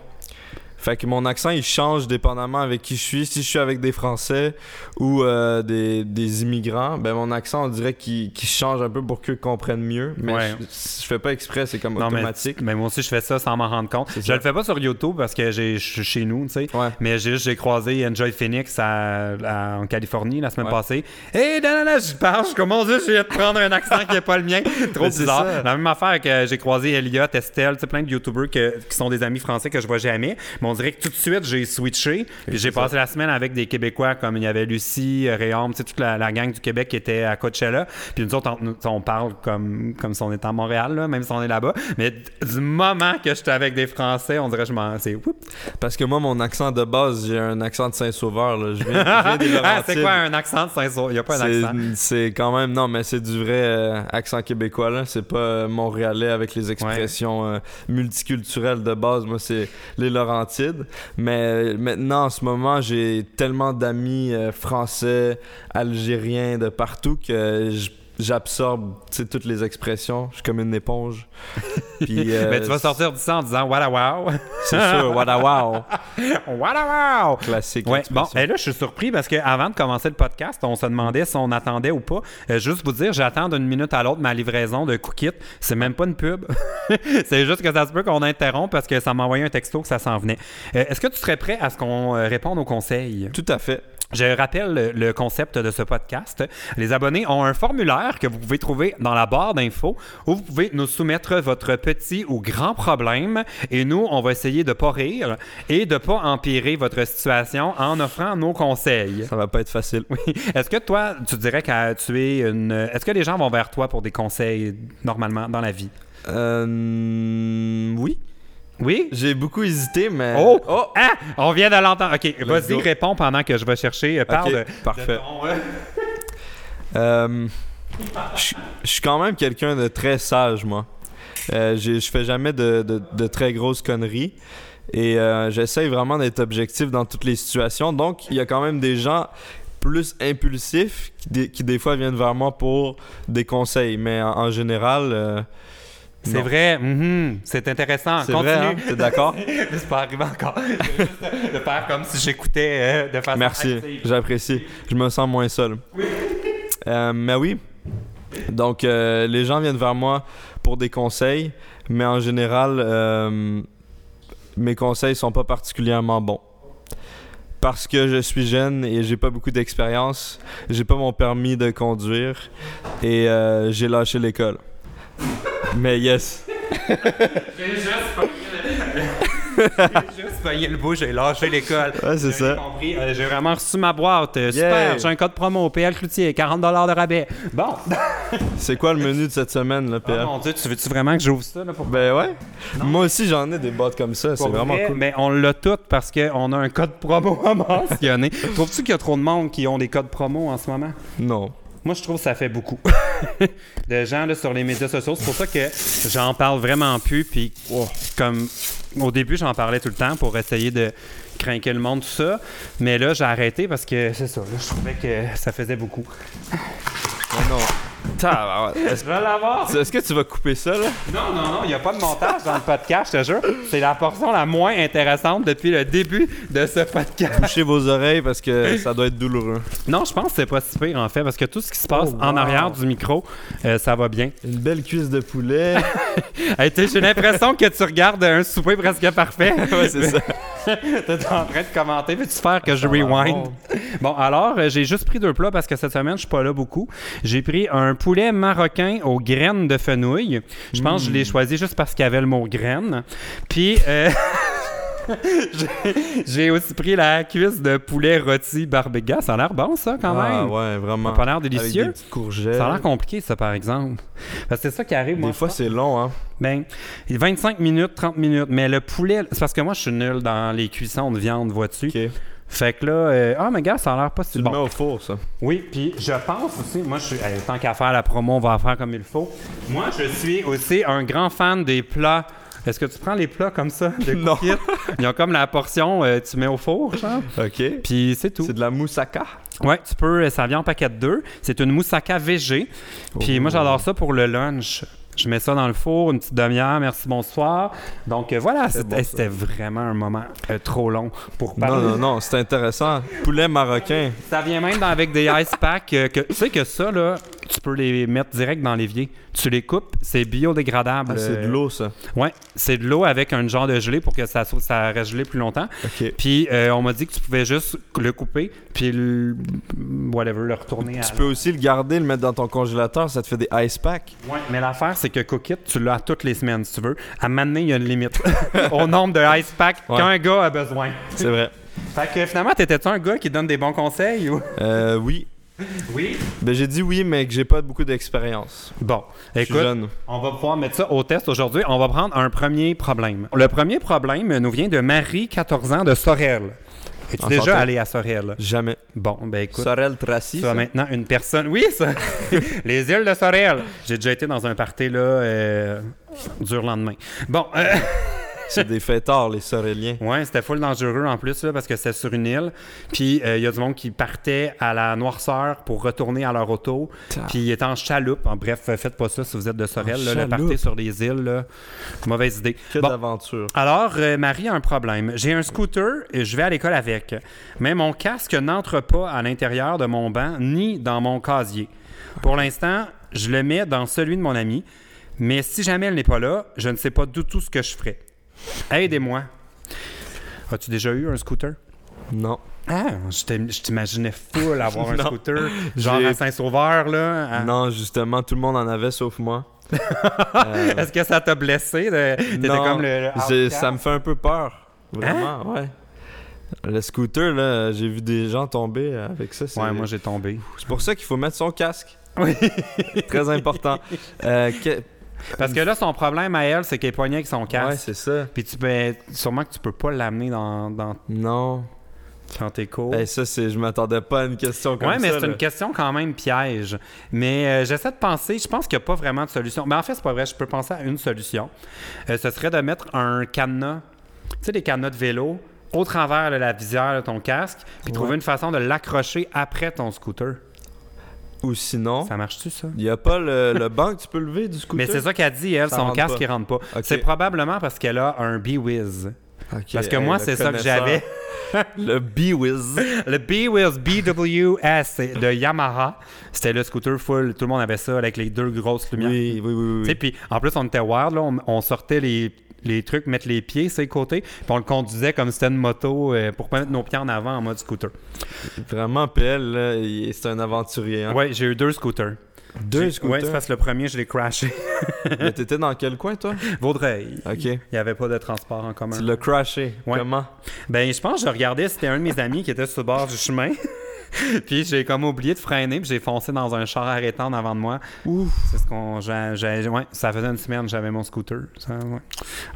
A: Fait que mon accent, il change dépendamment avec qui je suis. Si je suis avec des Français ou euh, des, des immigrants, ben mon accent, on dirait qu'il qu'il change un peu pour qu'eux comprennent mieux. Mais
B: Ouais.
A: je, je fais pas exprès, c'est comme
B: Non, mais,
A: Bah, automatique.
B: mais moi aussi, je fais ça sans m'en rendre compte.
A: C'est
B: Je
A: ça.
B: le fais pas sur YouTube parce que j'ai- je suis chez nous, tu sais.
A: Ouais.
B: Mais j'ai juste- j'ai croisé Enjoy Phoenix à- à- en Californie la semaine
A: Ouais.
B: passée. Et là, là, là, je parle, je commence je viens de prendre un accent qui n'est pas
A: <laughs>
B: le mien. Trop
A: Mais c'est
B: bizarre.
A: ça.
B: La même affaire que j'ai croisé Elliot, Estelle, tu sais, plein de YouTubers que- qui sont des amis français que je vois jamais. Mais on dirait que tout de suite, j'ai switché. Puis j'ai passé la semaine avec des Québécois comme il y avait Lucie, euh, Réaume, tu sais, toute la, la gang du Québec qui était à Coachella. Puis nous autres, on, nous- on parle comme, comme si on était à Montréal, là, même si on est là-bas. Mais d- du moment que j'étais avec des Français, on dirait que je m'en. C'est whoop,
A: Parce que moi, mon accent de base, j'ai un accent de Saint-Sauveur. là. Je viens, je viens des
B: <laughs> Ah, c'est
A: Laurentides.
B: quoi un accent de Saint-Saul? Il n'y a pas un
A: C'est-
B: accent.
A: C'est quand même non, mais c'est du vrai euh, accent québécois là. C'est pas euh, montréalais avec les expressions euh, multiculturelles de base. Moi, c'est les Laurentides. Mais euh, maintenant, en ce moment, j'ai tellement d'amis euh, français, algériens de partout que j- j'absorbe tu sais, toutes les expressions. Je suis comme une
B: <laughs>
A: éponge. Puis euh,
B: Mais Ben, tu vas sortir d'ici en disant Wada wow! <laughs>
A: C'est sûr. Wada wow.
B: Wada wow!
A: Classique.
B: Ouais, bon, eh.
A: expression.
B: et là, je suis surpris parce qu'avant de commencer le podcast, on se demandait si on attendait ou pas. Euh, juste vous dire, j'attends d'une minute à l'autre ma livraison de Cookit. C'est même pas une pub. <laughs> c'est juste que ça se peut qu'on interrompt parce que ça m'a envoyé un texto que ça s'en venait. Euh, Est-ce que tu serais prêt à ce qu'on euh, réponde aux conseils?
A: Tout à fait.
B: Je rappelle le- le concept de ce podcast. Les abonnés ont un formulaire que vous pouvez trouver dans la barre d'infos où vous pouvez nous soumettre votre petit ou grand problème et nous, on va essayer de pas rire et de pas empirer votre situation en offrant nos conseils. <laughs>
A: Ça va pas être facile.
B: Oui. Est-ce que toi, tu dirais que tu es une... Est-ce que les gens vont vers toi pour des conseils normalement dans la vie?
A: Euh, oui.
B: Oui?
A: J'ai beaucoup hésité, mais.
B: Oh! Ah! On vient de l'entendre. OK, vas-y,
A: go.
B: réponds pendant que je vais chercher. euh, Parle
A: Ok,
B: de-
A: parfait.
B: de ton, euh,
A: Euh, je je suis quand même quelqu'un de très sage, moi. Euh, j'ai- je fais jamais de, de- de très grosses conneries. Et euh, j'essaye vraiment d'être objectif dans toutes les situations. Donc, il y a quand même des gens plus impulsifs qui, des- qui des fois viennent vers moi pour des conseils. Mais en, en général, euh,
B: C'est
A: non.
B: vrai, mhm, c'est intéressant.
A: C'est
B: Continue.
A: vrai, hein? T'es
B: <laughs>
A: d'accord?
B: c'est pas arrivé encore. <laughs> Juste de faire comme si j'écoutais euh, de façon
A: Merci,
B: active.
A: j'apprécie. Je me sens moins seul. Euh, mais oui, donc euh, les gens viennent vers moi pour des conseils, mais en général, euh, mes conseils sont pas particulièrement bons. Parce que je suis jeune et j'ai pas beaucoup d'expérience, j'ai pas mon permis de conduire et euh, j'ai lâché l'école. Mais yes,
B: J'ai juste <laughs> pogné le- J'ai juste pogné le bout, j'ai lâché l'école.
A: Ouais, c'est
B: J'ai
A: ça.
B: compris, euh, j'ai vraiment reçu ma boîte. Euh, Super,
A: Yeah.
B: j'ai un code promo au PL Cloutier, 40 de rabais.
A: <laughs>
B: Bon,
A: c'est quoi le menu de cette semaine, le
B: Oh
A: PA?
B: mon Dieu, tu veux-tu vraiment que j'ouvre ça là, pour
A: Ben ouais, moi aussi j'en ai des boîtes comme ça, c'est
B: Pour
A: vraiment
B: vrai,
A: cool.
B: Mais on l'a tout parce qu'on a un code promo <laughs> à
A: <laughs>
B: mentionner. Trouves-tu qu'il y a trop de monde qui ont des codes promo en ce moment?
A: Non.
B: Moi, je trouve que ça fait beaucoup <laughs> de gens là, sur les médias sociaux. C'est pour ça que j'en parle vraiment plus. Puis, oh, comme au début, j'en parlais tout le temps pour essayer de craquer le monde, tout ça. Mais là, j'ai arrêté parce que c'est ça. là, je trouvais que ça faisait beaucoup.
A: Non, non. Tabarouette. Est-ce
B: Je vais l'avoir.
A: est-ce que tu vas couper ça, là?
B: Non, non, non, il n'y a pas de montage dans le podcast, je te jure. C'est la portion la moins intéressante depuis le début de ce podcast.
A: Touchez vos oreilles parce que ça doit être douloureux.
B: Non, je pense que c'est pas si pire, en fait, parce que tout ce qui se passe
A: Oh,
B: en
A: wow.
B: arrière du micro, euh, ça va bien.
A: Une belle cuisse de poulet.
B: Hey, t'sais, J'ai l'impression que tu regardes un souper presque parfait.
A: <laughs> <laughs> ouais, c'est ça.
B: T'es <laughs> en train de commenter, veux-tu faire que je
A: Ça va
B: rewind?
A: bon.
B: Bon, alors, euh, j'ai juste pris deux plats parce que cette semaine, je suis pas là beaucoup. J'ai pris un poulet marocain aux graines de fenouil. Je pense que je l'ai
A: Hmm.
B: choisi juste parce qu'il y avait le mot graine. Puis, euh, <laughs> j'ai- j'ai aussi pris la cuisse de poulet rôti barbecue. Ça a l'air bon, ça, quand
A: Ah,
B: même.
A: ouais,
B: Ça
A: vraiment.
B: a pas l'air
A: Avec
B: délicieux.
A: des petites courgettes.
B: Ça a l'air compliqué, ça, par exemple. Parce que c'est ça qui arrive, moi.
A: Des
B: je
A: fois, c'est long, hein?
B: ben, 25 minutes, 30 minutes. Mais le poulet, c'est parce que moi, je suis nul dans les cuissons de viande, vois-tu.
A: Ok.
B: Fait que là, euh, ah, mais gars, ça a l'air pas
A: Tu
B: si
A: le mets
B: bon.
A: au four, ça.
B: Oui, puis je pense aussi, moi, je suis, eh, tant qu'à faire la promo, on va la faire comme il faut. Moi, je suis aussi un grand fan des plats. Est-ce que tu prends les plats comme ça,
A: <laughs>
B: de
A: Non.
B: cookies? Ils ont comme la portion, euh, tu mets au four, genre.
A: Ok.
B: Puis c'est tout.
A: C'est de la moussaka.
B: Ouais, tu peux, euh, ça vient en paquet de deux. C'est une moussaka VG. Puis
A: Oh.
B: moi, j'adore ça pour le lunch. Je mets ça dans le four, une petite demi-heure, merci, bonsoir. Donc euh, voilà,
A: C'est bon,
B: c'était
A: ça.
B: c'était vraiment un moment euh, trop long pour
A: Non,
B: parler.
A: non, non, c'est intéressant. Poulet marocain.
B: Ça vient même dans- avec des ice packs. euh, que, tu sais que ça, là, tu peux les mettre direct dans l'évier. Tu les coupes, c'est biodégradable.
A: Ah, c'est de
B: euh,
A: l'eau, ça.
B: Ouais, c'est de l'eau avec un genre de gelée pour que ça, so- ça reste gelé plus longtemps.
A: OK.
B: Puis euh, on m'a dit que tu pouvais juste le couper, puis le, whatever, le retourner à
A: Tu peux aussi le garder, le mettre dans ton congélateur, ça te fait des ice packs.
B: Ouais, mais l'affaire, c'est que Cookit, tu l'as toutes les semaines, si tu veux. À maintenant, il y a une
A: <laughs>
B: limite au nombre de ice packs
A: Ouais.
B: qu'un gars a besoin.
A: C'est vrai.
B: Fait que finalement, t'étais-tu un gars qui donne des bons conseils ou...
A: Euh, oui.
B: Oui.
A: Ben, j'ai dit oui, mais que j'ai pas beaucoup d'expérience.
B: Bon,
A: Je suis
B: écoute,
A: jeune.
B: On va pouvoir mettre ça au test aujourd'hui. On va prendre un premier problème. Le premier problème nous vient de Marie, 14 ans, de Sorel.
A: En
B: Es-tu
A: santé.
B: déjà allé à Sorel?
A: Jamais.
B: Bon, ben écoute.
A: Sorel Tracy.
B: tu as
A: ça.
B: maintenant une personne. Oui, ça! <laughs> Les îles de Sorel! J'ai déjà été dans un party, là, euh, dur lendemain. Bon, euh,
A: C'est des fêtards, les Soreliens.
B: ouais, c'était full dangereux en plus, là, parce que c'était sur une île. Puis, euh, il y a du monde qui partait à la noirceur pour retourner à leur auto. Puis il est en chaloupe. En bref, faites pas ça si vous êtes de Sorel.
A: En
B: là, le
A: chaloupe.
B: party sur les îles, là, mauvaise idée.
A: Que
B: Bon,
A: d'aventure.
B: alors, euh, Marie a un problème. J'ai un scooter et je vais à l'école avec. Mais mon casque n'entre pas à l'intérieur de mon banc ni dans mon casier. Pour l'instant, je le mets dans celui de mon ami. Mais si jamais elle n'est pas là, je ne sais pas du tout ce que je ferai. Aidez-moi. As-tu déjà eu un scooter?
A: Non.
B: Ah, je t'im- je t'imaginais full avoir un
A: <laughs> Non.
B: scooter, genre
A: J'ai-
B: à Saint-Sauveur, là. Ah. à-
A: Non, justement, tout le monde en avait sauf moi. Euh,
B: Est-ce que ça t'a blessé? de- T'étais
A: non,
B: comme le. le
A: j'ai-
B: outcast?
A: ça me fait un peu peur. Vraiment,
B: Hein?
A: ouais. Le scooter, là, j'ai vu des gens tomber avec ça. C'est
B: Ouais, moi j'ai tombé.
A: c'est pour ça qu'il faut mettre son casque.
B: Oui.
A: <laughs> Très important. Euh, que-
B: Parce que là, son problème à elle, c'est qu'elle est poignée avec son
A: Ouais,
B: casque.
A: c'est ça.
B: Puis tu peux, sûrement que tu peux pas l'amener dans, dans,
A: Non.
B: dans tes cours.
A: Hey, ça, c'est, je m'attendais pas à une question Ben, comme
B: Oh. Ouais, mais
A: ça.
B: c'est
A: là.
B: une question quand même piège. Mais euh, j'essaie de penser, je pense qu'il n'y a pas vraiment de solution. Mais en fait, c'est pas vrai, je peux penser à une solution. Euh, ce serait de mettre un cadenas, tu sais, des cadenas de vélo, au travers de la visière de ton casque, puis
A: Ouais.
B: trouver une façon de l'accrocher après ton scooter.
A: Ou sinon,
B: Ça marche-tu, ça?
A: il n'y a pas le, le banc que tu peux lever du scooter.
B: Mais c'est ça qu'elle dit, elle,
A: Ça
B: son
A: rentre
B: casque,
A: pas.
B: il rentre pas.
A: Ok.
B: C'est probablement parce qu'elle a un B-Wiz.
A: Ok,
B: Parce que
A: hey,
B: moi,
A: le
B: c'est ça que
A: connaisseur.
B: j'avais.
A: Le B-Wiz.
B: Le B-Wheels BWS de Yamaha, c'était le scooter full. Tout le monde avait ça avec les deux grosses lumières.
A: Oui, oui, oui. oui,
B: Tu sais,
A: oui.
B: Puis en plus, on était wild, là, on, on sortait les, les trucs, mettre les pieds sur les côtés, puis on le conduisait comme si c'était une moto euh, pour pas mettre nos pieds en avant en mode scooter.
A: Vraiment, PL, là, il- c'est un aventurier. hein.
B: Ouais, j'ai eu deux scooters.
A: Deux
B: J'ai- Ouais, c'est
A: scooters.
B: parce que le premier, je l'ai crashé. <laughs>
A: mais t'étais dans quel coin, toi?
B: Vaudreuil.
A: OK.
B: Il n'y avait pas de transport en commun.
A: Tu l'as crashé.
B: Ouais.
A: Comment?
B: Ben, je pense que je regardais, c'était un de mes amis qui était sur le bord du chemin. <laughs> puis j'ai comme oublié de freiner, puis j'ai foncé dans un char arrêtant en avant de moi.
A: Ouf.
B: C'est ce qu'on. j'ai- j'ai- ouais, ça faisait une semaine, j'avais mon scooter. Ça, ouais.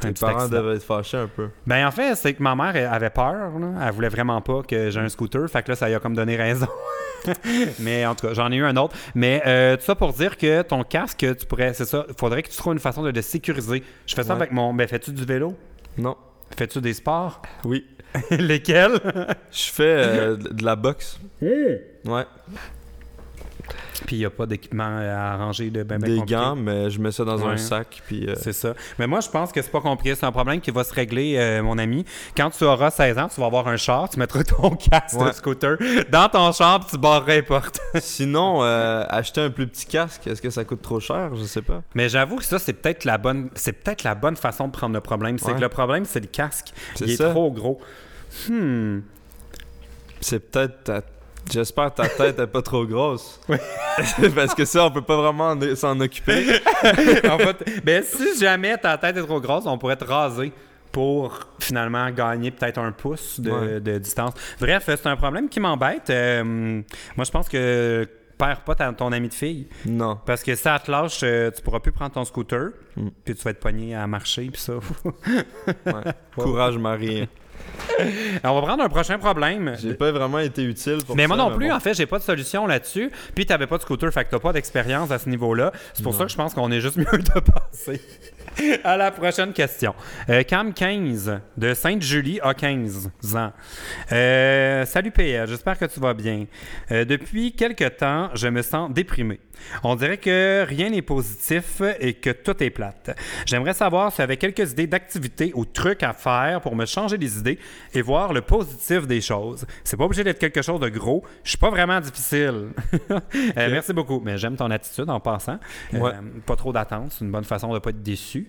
B: Un
A: Tes
B: petit
A: parents
B: accident.
A: devaient être fâchés un peu.
B: Ben, en fait, c'est que ma mère elle avait peur. Là. Elle voulait vraiment pas que j'ai un scooter. Fait que là, ça lui a comme donné raison. <laughs> Mais en tout cas, j'en ai eu un autre. Mais euh, tout ça pour dire que ton casque, tu pourrais. C'est ça. Faudrait que tu trouves une façon de le sécuriser. Je fais ça
A: Ouais.
B: avec mon. Ben, fais-tu du vélo?
A: Non.
B: Fais-tu des sports? <laughs>
A: Oui.
B: Lesquels? <laughs>
A: Je fais euh, de de la boxe.
B: Oh!
A: Ouais.
B: Puis il n'y a pas d'équipement à arranger de ben, ben
A: Des
B: compliqué.
A: gants, mais je mets ça dans
B: Ouais.
A: un sac. Puis, euh,
B: C'est ça. Mais moi, je pense que c'est pas compliqué. C'est un problème qui va se régler, euh, mon ami. Quand tu auras 16 ans, tu vas avoir un char, tu mettras <laughs> ton casque de
A: Ouais.
B: scooter dans ton char, puis tu barreras les portes. <laughs>
A: Sinon, euh, acheter un plus petit casque, est-ce que ça coûte trop cher? Je sais pas.
B: Mais j'avoue que ça, c'est peut-être la bonne, c'est peut-être la bonne façon de prendre le problème. C'est
A: Ouais.
B: que le problème, c'est le casque.
A: C'est
B: Il est
A: ça. <laughs>
B: trop gros. Hmm.
A: C'est peut-être ta- J'espère que ta tête est pas trop grosse.
B: Oui.
A: <laughs> Parce que ça, on peut pas vraiment en- s'en occuper.
B: En fait, ben, si jamais ta tête est trop grosse, on pourrait te raser pour finalement gagner peut-être un pouce de,
A: Ouais.
B: de distance. Bref, c'est un problème qui m'embête. Euh, moi, je pense que perds pas ta- ton ami de fille.
A: Non.
B: Parce que ça te lâche, euh, tu pourras plus prendre ton scooter,
A: Mm.
B: puis tu vas être pogné à marcher, puis ça. <laughs>
A: Ouais. Courage, Marie.
B: Alors, on va prendre un prochain problème.
A: J'ai pas vraiment été utile pour
B: Mais
A: ça,
B: moi non plus, hein.
A: bon.
B: en fait, j'ai pas de solution là-dessus. Puis t'avais pas de scooter, fait que t'as pas d'expérience à ce niveau-là. C'est pour
A: Non.
B: <laughs> ça que je pense qu'on est juste mieux de passer. <laughs> À la prochaine question. Euh, Cam 15 de Sainte-Julie a 15 ans. Euh, Salut PR, j'espère que tu vas bien. Euh, depuis quelque temps, je me sens déprimé. On dirait que rien n'est positif et que tout est plate. J'aimerais savoir si tu avais quelques idées d'activités ou trucs à faire pour me changer les idées et voir le positif des choses. C'est pas obligé d'être quelque chose de gros. Je suis pas vraiment difficile. <laughs> Euh, Merci beaucoup, mais j'aime ton attitude en passant. Euh,
A: Ouais.
B: pas trop d'attente, c'est une bonne façon de pas être déçu.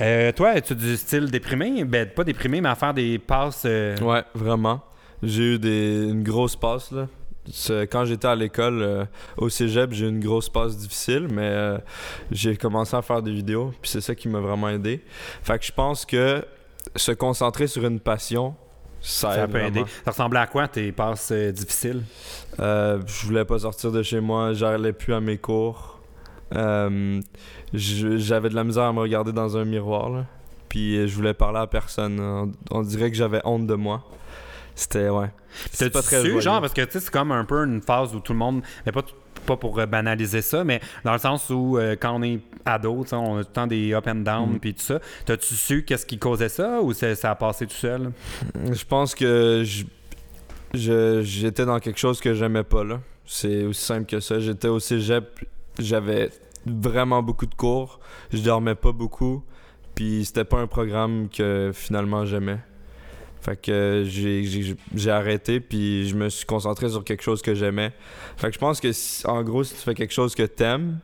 B: Euh, toi, es-tu du style déprimé? Ben, pas déprimé, mais à faire des passes... euh,
A: Ouais, vraiment. J'ai eu des, une grosse passe, là. C'est- Quand j'étais à l'école, euh, au cégep, j'ai eu une grosse passe difficile, mais euh, j'ai commencé à faire des vidéos, puis c'est ça qui m'a vraiment aidé. Fait que je pense que se concentrer sur une passion, ça,
B: Ça
A: aide
B: peut aider.
A: vraiment.
B: Ça ressemblait à quoi tes passes euh, difficiles?
A: Euh, je voulais pas sortir de chez moi, j'allais plus à mes cours. Euh, je- J'avais de la misère à me regarder dans un miroir, là. puis euh, je voulais parler à personne. On, on dirait que j'avais honte de moi. C'était ouais.
B: C'est
A: C'était pas très joyeux.
B: genre parce que tu sais c'est comme un peu une phase où tout le monde mais pas tout- pas pour euh, banaliser ça mais dans le sens où euh, quand on est ado tu sais, on a tout le temps des up and down
A: Mm.
B: puis tout ça t'as-tu su qu'est-ce qui causait ça ou c'est- ça a passé tout seul
A: Je pense que je- je- j'étais dans quelque chose que j'aimais pas là. C'est aussi simple que ça. J'étais au cégep, j'avais vraiment beaucoup de cours, je dormais pas beaucoup, puis c'était pas un programme que finalement j'aimais. Fait que j'ai- j'ai j'ai arrêté, puis je me suis concentré sur quelque chose que j'aimais. Fait que je pense que, si- en gros, si tu fais quelque chose que t'aimes,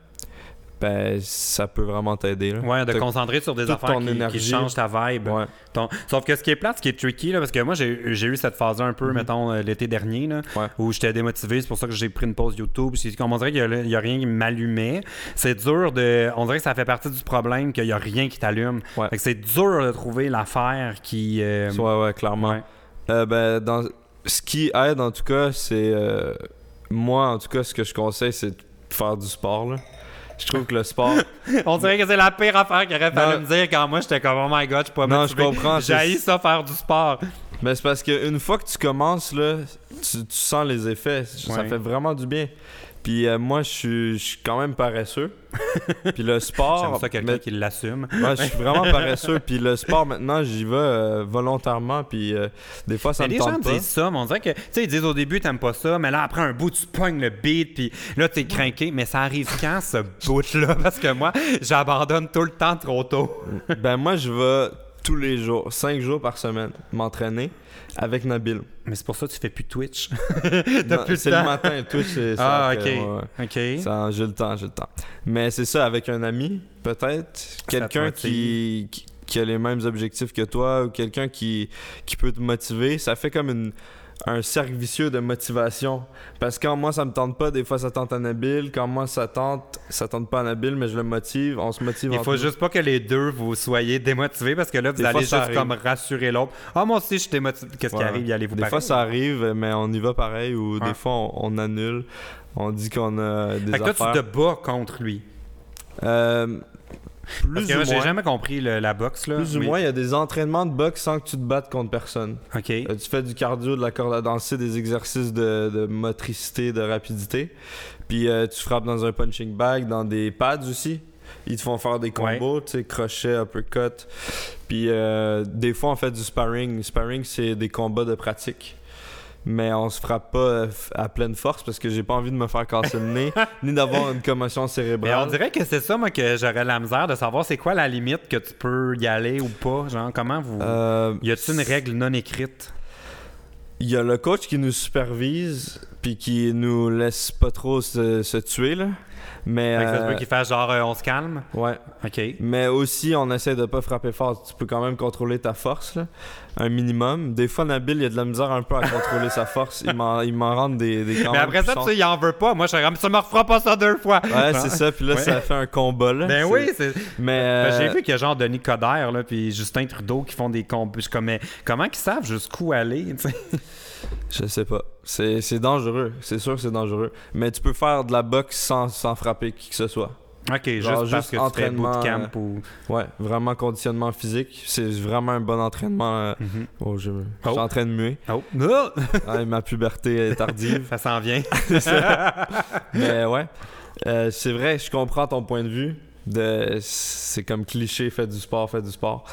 A: ben ça peut vraiment t'aider. là.
B: ouais ben, de
A: T'as-
B: concentrer sur des
A: toute
B: affaires
A: ton
B: qui, qui
A: énergie.
B: changent ta vibe
A: Ouais.
B: Ton- Sauf que ce qui est plate, ce qui est tricky, là, parce que moi, j'ai j'ai eu cette phase-là un peu, mettons, euh, l'été dernier, là,
A: Mhm. Ouais.
B: où j'étais démotivé. C'est pour ça que j'ai pris une pause YouTube. C'est comme on dirait qu'il n'y a, rien qui m'allumait. C'est dur de. On dirait que ça fait partie du problème qu'il n'y a rien qui t'allume.
A: Ouais.
B: Fait que c'est dur de trouver l'affaire qui. euh,
A: Ouais, ouais, clairement.
B: Ouais.
A: Euh, ben, dans... Ce qui aide, en tout cas, c'est. euh, Moi, en tout cas, ce que je conseille, c'est de faire du sport. là. Je trouve que le
B: <laughs>
A: sport.
B: On dirait que c'est la pire affaire qu'il aurait fallu
A: Non.
B: me dire quand moi, j'étais comme, oh my god, je suis pas
A: Non,
B: motivé.
A: je comprends, c'est-
B: J'haïs ça faire du sport.
A: ben, c'est parce qu'une fois que tu commences, là, tu, tu sens les effets. Ça
B: Ouais.
A: fait vraiment du bien. Puis euh, moi, je suis je suis quand même
B: <laughs>
A: paresseux. Puis le
B: J'aime
A: sport.
B: ça quelqu'un
A: Ah, mais-
B: qui l'assume.
A: Ouais, je suis vraiment paresseux. Puis le sport, maintenant, j'y vais euh, volontairement. Puis euh, des fois, ça
B: Mais
A: me
B: les gens
A: tente pas.
B: disent ça, mais on dirait que, tu sais, ils disent au début, t'aimes pas ça, mais là, après un bout, tu pognes le beat, puis là, t'es craqué. Mais ça arrive quand, ce bout-là? <laughs> Parce que moi, j'abandonne tout le temps trop tôt.
A: <laughs> Ben, moi, je vais tous les jours, cinq jours par semaine, m'entraîner avec
B: <laughs>
A: Nabil.
B: Mais c'est pour ça que tu fais plus Twitch.
A: Non,
B: plus le
A: C'est
B: temps.
A: le matin, tout. c'est- ça
B: ah,
A: fait-
B: ok.
A: ouais, ouais.
B: Ok.
A: Ça, j'ai le temps, j'ai le temps. Mais c'est ça, avec un ami, peut-être.
B: te
A: Quelqu'un qui, qui- qui a les mêmes objectifs que toi ou quelqu'un qui, qui peut te motiver. Ça fait comme une- un cercle vicieux de motivation. Parce que quand moi, ça me tente pas, des fois, ça tente à Nabil. Quand moi, ça tente, ça tente pas à Nabil, mais je le motive. On se motive
B: Il
A: entre
B: faut
A: nous.
B: juste pas que les deux vous soyez démotivés parce que là, vous
A: Des
B: allez
A: fois,
B: juste
A: ça arrive.
B: comme rassurer l'autre. Ah, moi aussi, je suis démotivé. Qu'est-ce
A: Ouais.
B: qui arrive? Il allez vous
A: Des fois,
B: pareil.
A: ça arrive, mais on y va pareil. Ou
B: Ouais.
A: des fois, on, on annule. On dit qu'on a des
B: Fait que toi,
A: affaires.
B: tu te bats contre lui.
A: Euh,
B: Parce
A: plus
B: que moi,
A: ou
B: j'ai
A: moins.
B: jamais compris le- la boxe, là.
A: Plus ou
B: Mais-
A: moins, il y a des entraînements de boxe sans que tu te battes contre personne.
B: Ok.
A: Euh, tu fais du cardio, de la corde à danser, des exercices de, de motricité, de rapidité. Puis euh, tu frappes dans un punching bag, dans des pads aussi. Ils te font faire des combos, tu sais, crochet, uppercut. Puis euh, des fois, on fait du sparring. Sparring, c'est des combats de pratique. Mais on se frappe pas euh, f- à pleine force parce que j'ai pas envie de me faire casser le
B: <laughs>
A: nez ni d'avoir une commotion
B: Mais Ben, on
A: cérébrale.
B: dirait que c'est ça, moi, que j'aurais la misère de savoir c'est quoi la limite que tu peux y aller ou pas. Genre, comment vous.
A: Euh,
B: Y a-t-il une règle non écrite
A: Il y a le coach qui nous supervise puis qui nous laisse pas trop se, se tuer là. Mais
B: Fait que ça se
A: euh,
B: peut qu'il fasse genre euh, on se calme.
A: ouais.
B: OK.
A: Mais aussi on essaie de pas frapper fort. Tu peux quand même contrôler ta force là, un minimum. Des fois Nabil il a de la misère un peu à contrôler sa force. Il m'en il m'en rend des des quand
B: Mais
A: même
B: après ça, tu
A: puissantes.
B: sais, il en veut pas. Moi, je suis comme ça me refera pas ça deux fois.
A: Ouais c'est ça. Puis là
B: Ouais.
A: ça fait un combat là.
B: Ben
A: C'est-
B: oui, c'est.
A: Mais
B: Parce
A: euh,
B: que J'ai vu qu'il y a genre Denis Coderre là, puis Justin Trudeau qui font des combats. Je suis comme, mais comment qu'ils savent jusqu'où aller tu sais? <laughs>
A: je sais pas. C'est c'est dangereux. C'est sûr que c'est dangereux. Mais tu peux faire de la boxe sans sans frapper qui que ce soit.
B: Ok, juste,
A: Genre
B: parce
A: juste
B: que tu fais
A: entraînement,
B: bootcamp ou.
A: Ouais, vraiment conditionnement physique. C'est vraiment un bon entraînement. euh,
B: Mhm.
A: Oh, je, je
B: Oh.
A: suis en train de
B: <laughs>
A: muer.
B: Oh,
A: Ah, ma puberté est tardive.
B: ça s'en vient.
A: Mais ouais, Euh, c'est vrai, je comprends ton point de vue. de c'est comme cliché, fais du sport, fais du sport.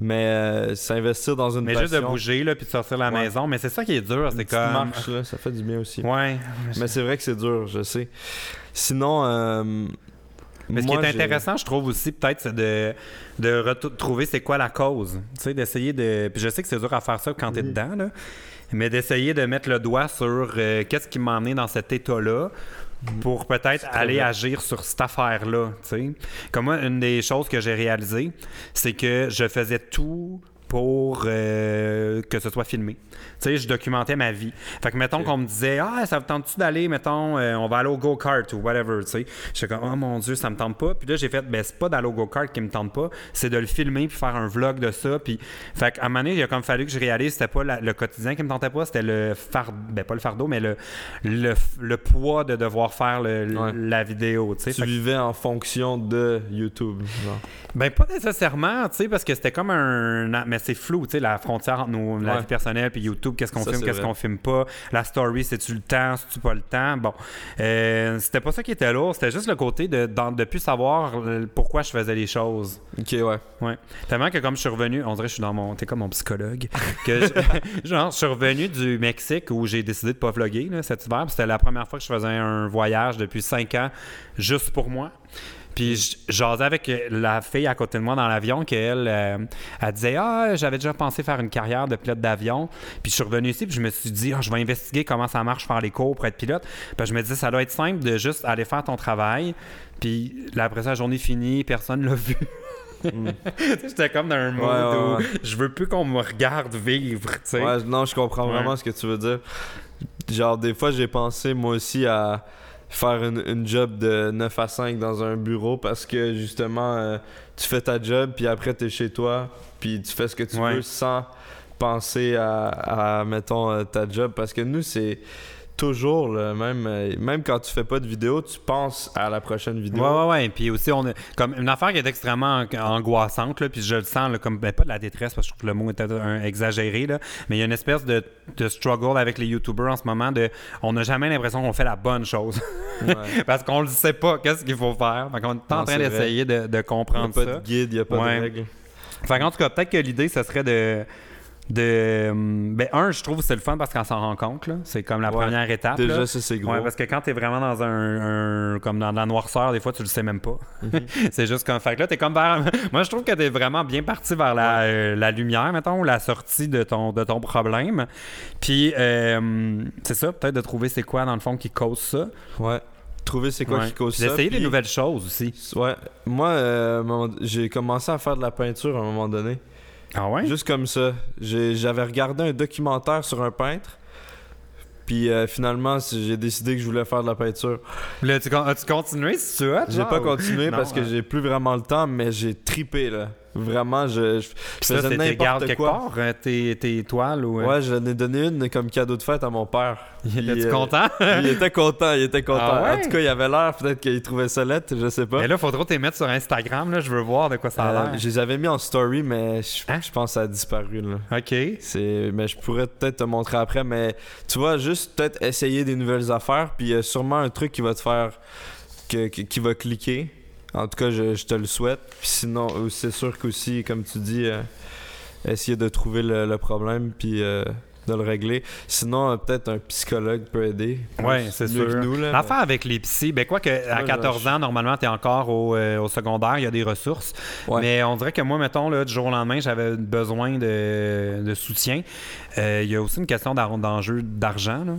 A: Mais euh, s'investir dans une
B: Mais
A: passion.
B: juste de bouger, là, puis de sortir de la
A: Ouais.
B: maison. Mais c'est ça qui est dur, c'est
A: une petite
B: comme.
A: marche, là, ça fait du bien aussi.
B: Ouais.
A: Mais c'est vrai que c'est dur, je sais. Sinon, euh,
B: Mais ce
A: moi,
B: qui est
A: j'ai-
B: intéressant, je trouve aussi, peut-être, c'est de, de retrouver c'est quoi la cause. Tu sais, d'essayer de. Puis je sais que c'est dur à faire ça quand t'es dedans, là. Mais d'essayer de mettre le doigt sur euh, qu'est-ce qui m'a amené dans cet état-là pour peut-être
A: très
B: aller
A: vrai.
B: agir sur cette affaire-là. tu sais. Comme moi, une des choses que j'ai réalisées, c'est que je faisais tout pour euh, que ce soit filmé. Tu sais, je documentais ma vie. Fait que, mettons
A: Ok.
B: qu'on me disait « Ah, ça vous tente-tu d'aller, mettons, euh, on va aller au go-kart ou whatever, tu sais? » J'étais comme « Oh mon Dieu, ça me tente pas. » Puis là, j'ai fait « Ben, c'est pas d'aller au go-kart qui me tente pas, c'est de le filmer puis faire un vlog de ça. » Puis, fait qu'à un moment donné, il a comme fallu que je réalise que c'était pas la- le quotidien qui me tentait pas, c'était le fardeau, ben pas le fardeau, mais le, le, le poids de devoir faire le- le-
A: Ouais.
B: la vidéo, tu sais.
A: tu
B: Fait que-
A: vivais en fonction de YouTube. genre.
B: ben pas nécessairement, tu sais, parce que c'était comme un... Mais c'est flou, tu sais, la frontière entre nos, la
A: Ouais.
B: vie personnelle puis YouTube, qu'est-ce qu'on
A: Ça,
B: filme,
A: c'est
B: qu'est-ce
A: vrai.
B: qu'on filme pas. La story, c'est-tu le temps, c'est-tu pas le temps. Bon, Euh, c'était pas ça qui était lourd, c'était juste le côté de, d'en- de plus savoir euh, pourquoi je faisais les choses.
A: Ok, ouais.
B: Ouais. Tellement que comme je suis revenu, on dirait que je suis dans mon... T'es comme mon psychologue. Que je- <laughs> genre, je suis revenu du Mexique où j'ai décidé de pas vlogger là, cet hiver. puis C'était la première fois que je faisais un voyage depuis cinq ans juste pour moi. Puis je jasais avec la fille à côté de moi dans l'avion qu'elle euh, elle disait Ah, j'avais déjà pensé faire une carrière de pilote d'avion. Puis je suis revenu ici, puis je me suis dit Ah, je vais investiguer comment ça marche faire les cours pour être pilote. Puis je me disais Ça doit être simple de juste aller faire ton travail. Puis là, après ça, la journée finie, personne l'a vu. Tu sais, <laughs> J'étais comme dans un mode
A: Mm. ouais,
B: où <laughs> je veux plus qu'on me regarde vivre, tu sais.
A: Ouais, non, je comprends
B: Ouais.
A: vraiment ce que tu veux dire. Genre, des fois, j'ai pensé, moi aussi, à faire une, une job de 9 à 5 dans un bureau parce que, justement, euh, tu fais ta job, puis après, t'es chez toi, puis tu fais ce que tu
B: Ouais.
A: veux sans penser à, à, mettons, euh, ta job. Parce que nous, c'est toujours le même... euh, Même quand tu fais pas de vidéo, tu penses à la prochaine vidéo.
B: Ouais, ouais, ouais. Puis aussi, on a- comme une affaire qui est extrêmement ang- angoissante, là, puis je le sens là, comme, ben, pas de la détresse, parce que je trouve que le mot est un- exagéré, là, mais il y a une espèce de, de struggle avec les YouTubers en ce moment de on n'a jamais l'impression qu'on fait la bonne chose.
A: Ouais.
B: <laughs> parce qu'on ne sait pas qu'est-ce qu'il faut faire. Fait qu'on est en
A: Non,
B: train
A: c'est vrai.
B: d'essayer de, de
A: Y a
B: comprendre
A: pas
B: ça.
A: de guide, y a pas
B: Ouais.
A: de règle.
B: Fait qu'en tout cas, peut-être que l'idée, ce serait de. de hum, ben, un, je trouve que c'est le fun parce qu'on s'en rend compte, là. C'est comme la
A: Ouais.
B: première étape. là.
A: Déjà, ça, c'est gros.
B: Ouais, parce que quand t'es vraiment dans un, un- comme dans de la noirceur, des fois tu le sais même pas.
A: Mhm.
B: <laughs> c'est juste comme fait que là t'es comme vers- <laughs> moi je trouve que t'es vraiment bien parti vers la, euh, la lumière mettons, ou la sortie de ton de ton problème. Puis euh, c'est ça, peut-être de trouver c'est quoi dans le fond qui cause ça.
A: Ouais. Trouver c'est quoi
B: Ouais.
A: qui cause
B: Puis
A: ça.
B: D'essayer des
A: puis-
B: nouvelles choses aussi.
A: Ouais, moi, euh, à un moment- j'ai commencé à faire de la peinture à un moment donné.
B: Ah ouais.
A: Juste comme ça. J'ai- J'avais regardé un documentaire sur un peintre. Puis euh, finalement, c'est- j'ai décidé que je voulais faire de la peinture.
B: Là, tu, con- as-tu continué si tu as
A: J'ai pas continué
B: Ah, Non,
A: parce que
B: hein.
A: j'ai plus vraiment le temps, mais j'ai tripé là. Vraiment, je, je, je
B: Ça
A: faisais
B: c'est tes gardes
A: n'importe
B: quelque
A: quoi.
B: part, euh, tes tes toiles ou. euh,
A: Ouais, j'en ai donné une comme cadeau de fête à mon père. Il,
B: T'es-tu
A: euh,
B: content?
A: il était content, il était content.
B: Ah ouais?
A: En tout cas, il avait l'air, peut-être qu'il trouvait ça lettre, je sais pas.
B: Mais là, faut trop t'y mettre sur Instagram, là, je veux voir de quoi ça a
A: Euh,
B: l'air.
A: je les avais mis en story, mais je,
B: Hein?
A: je pense que ça a disparu là.
B: OK.
A: C'est, mais je pourrais peut-être te montrer après, mais tu vois, juste peut-être essayer des nouvelles affaires, puis il y a sûrement un truc qui va te faire, que, que- qui va cliquer. En tout cas, je, je te le souhaite. Puis sinon, euh, c'est sûr qu'aussi, comme tu dis, euh, essayer de trouver le, le problème, puis euh, de le régler. Sinon, euh, peut-être un psychologue peut aider.
B: Ouais,
A: Plus-
B: c'est
A: mieux que
B: sûr.
A: nous, là,
B: L'affaire avec les psys, ben quoi que à
A: je-
B: 14 ans, normalement, tu es encore au, euh, au secondaire, il y a des ressources.
A: Ouais.
B: Mais on dirait que moi, mettons, là, du jour au lendemain, j'avais besoin de, de soutien. Euh, Il y a aussi une question d'ar- d'enjeu d'argent. là.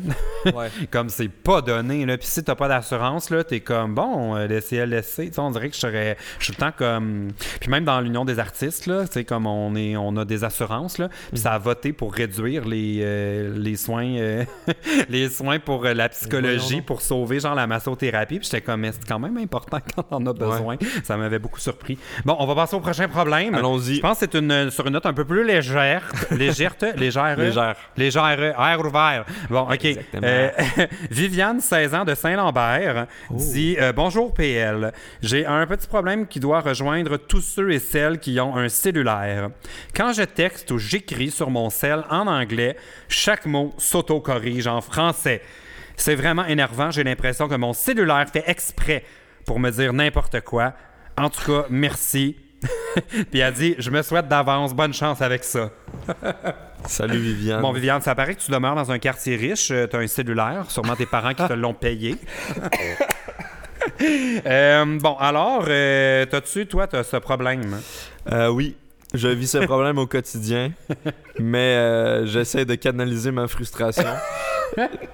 A: mais- ouais.
B: Comme c'est pas donné. Là. Puis si t'as pas d'assurance, là, t'es comme bon, euh, le CLSC, tu sais, on dirait que je serais. Je suis tout le temps comme. Puis même dans l'Union des artistes, là, tu sais, comme on est on a des assurances, là, puis
A: Mm.
B: ça a voté pour réduire les, euh, les soins euh, <laughs> les soins pour euh, la
A: Voyons
B: psychologie,
A: donc.
B: pour sauver genre la massothérapie. Puis j'étais comme mais c'est quand même important <laughs> quand on en a besoin. Ça m'avait beaucoup surpris. Bon, on va passer au prochain problème. <laughs> Je
A: Allons-y.
B: pense que c'est une, sur une note un peu plus légère.
A: <laughs>
B: Légère, légère.
A: Légère.
B: Légère, air ouvert. Bon, OK.
A: Exactement.
B: Euh, <laughs> Viviane, 16 ans, de Saint-Lambert, dit euh, Bonjour PL. J'ai un petit problème qui doit rejoindre tous ceux et celles qui ont un cellulaire. Quand je texte ou j'écris sur mon cell en anglais, chaque mot s'auto-corrige en français. C'est vraiment énervant. J'ai l'impression que mon cellulaire fait exprès pour me dire n'importe quoi. En tout cas, merci. <laughs> Puis elle dit Je me souhaite d'avance, bonne chance avec ça.
A: Salut Viviane.
B: Bon, Viviane, ça paraît que tu demeures dans un quartier riche, tu as un cellulaire, sûrement tes parents qui te l'ont payé. Euh, bon, alors, euh, t'as-tu, toi, t'as ce problème?
A: Euh, oui, je vis
B: <laughs>
A: ce problème au quotidien, mais euh, j'essaie de canaliser ma
B: <laughs>
A: frustration.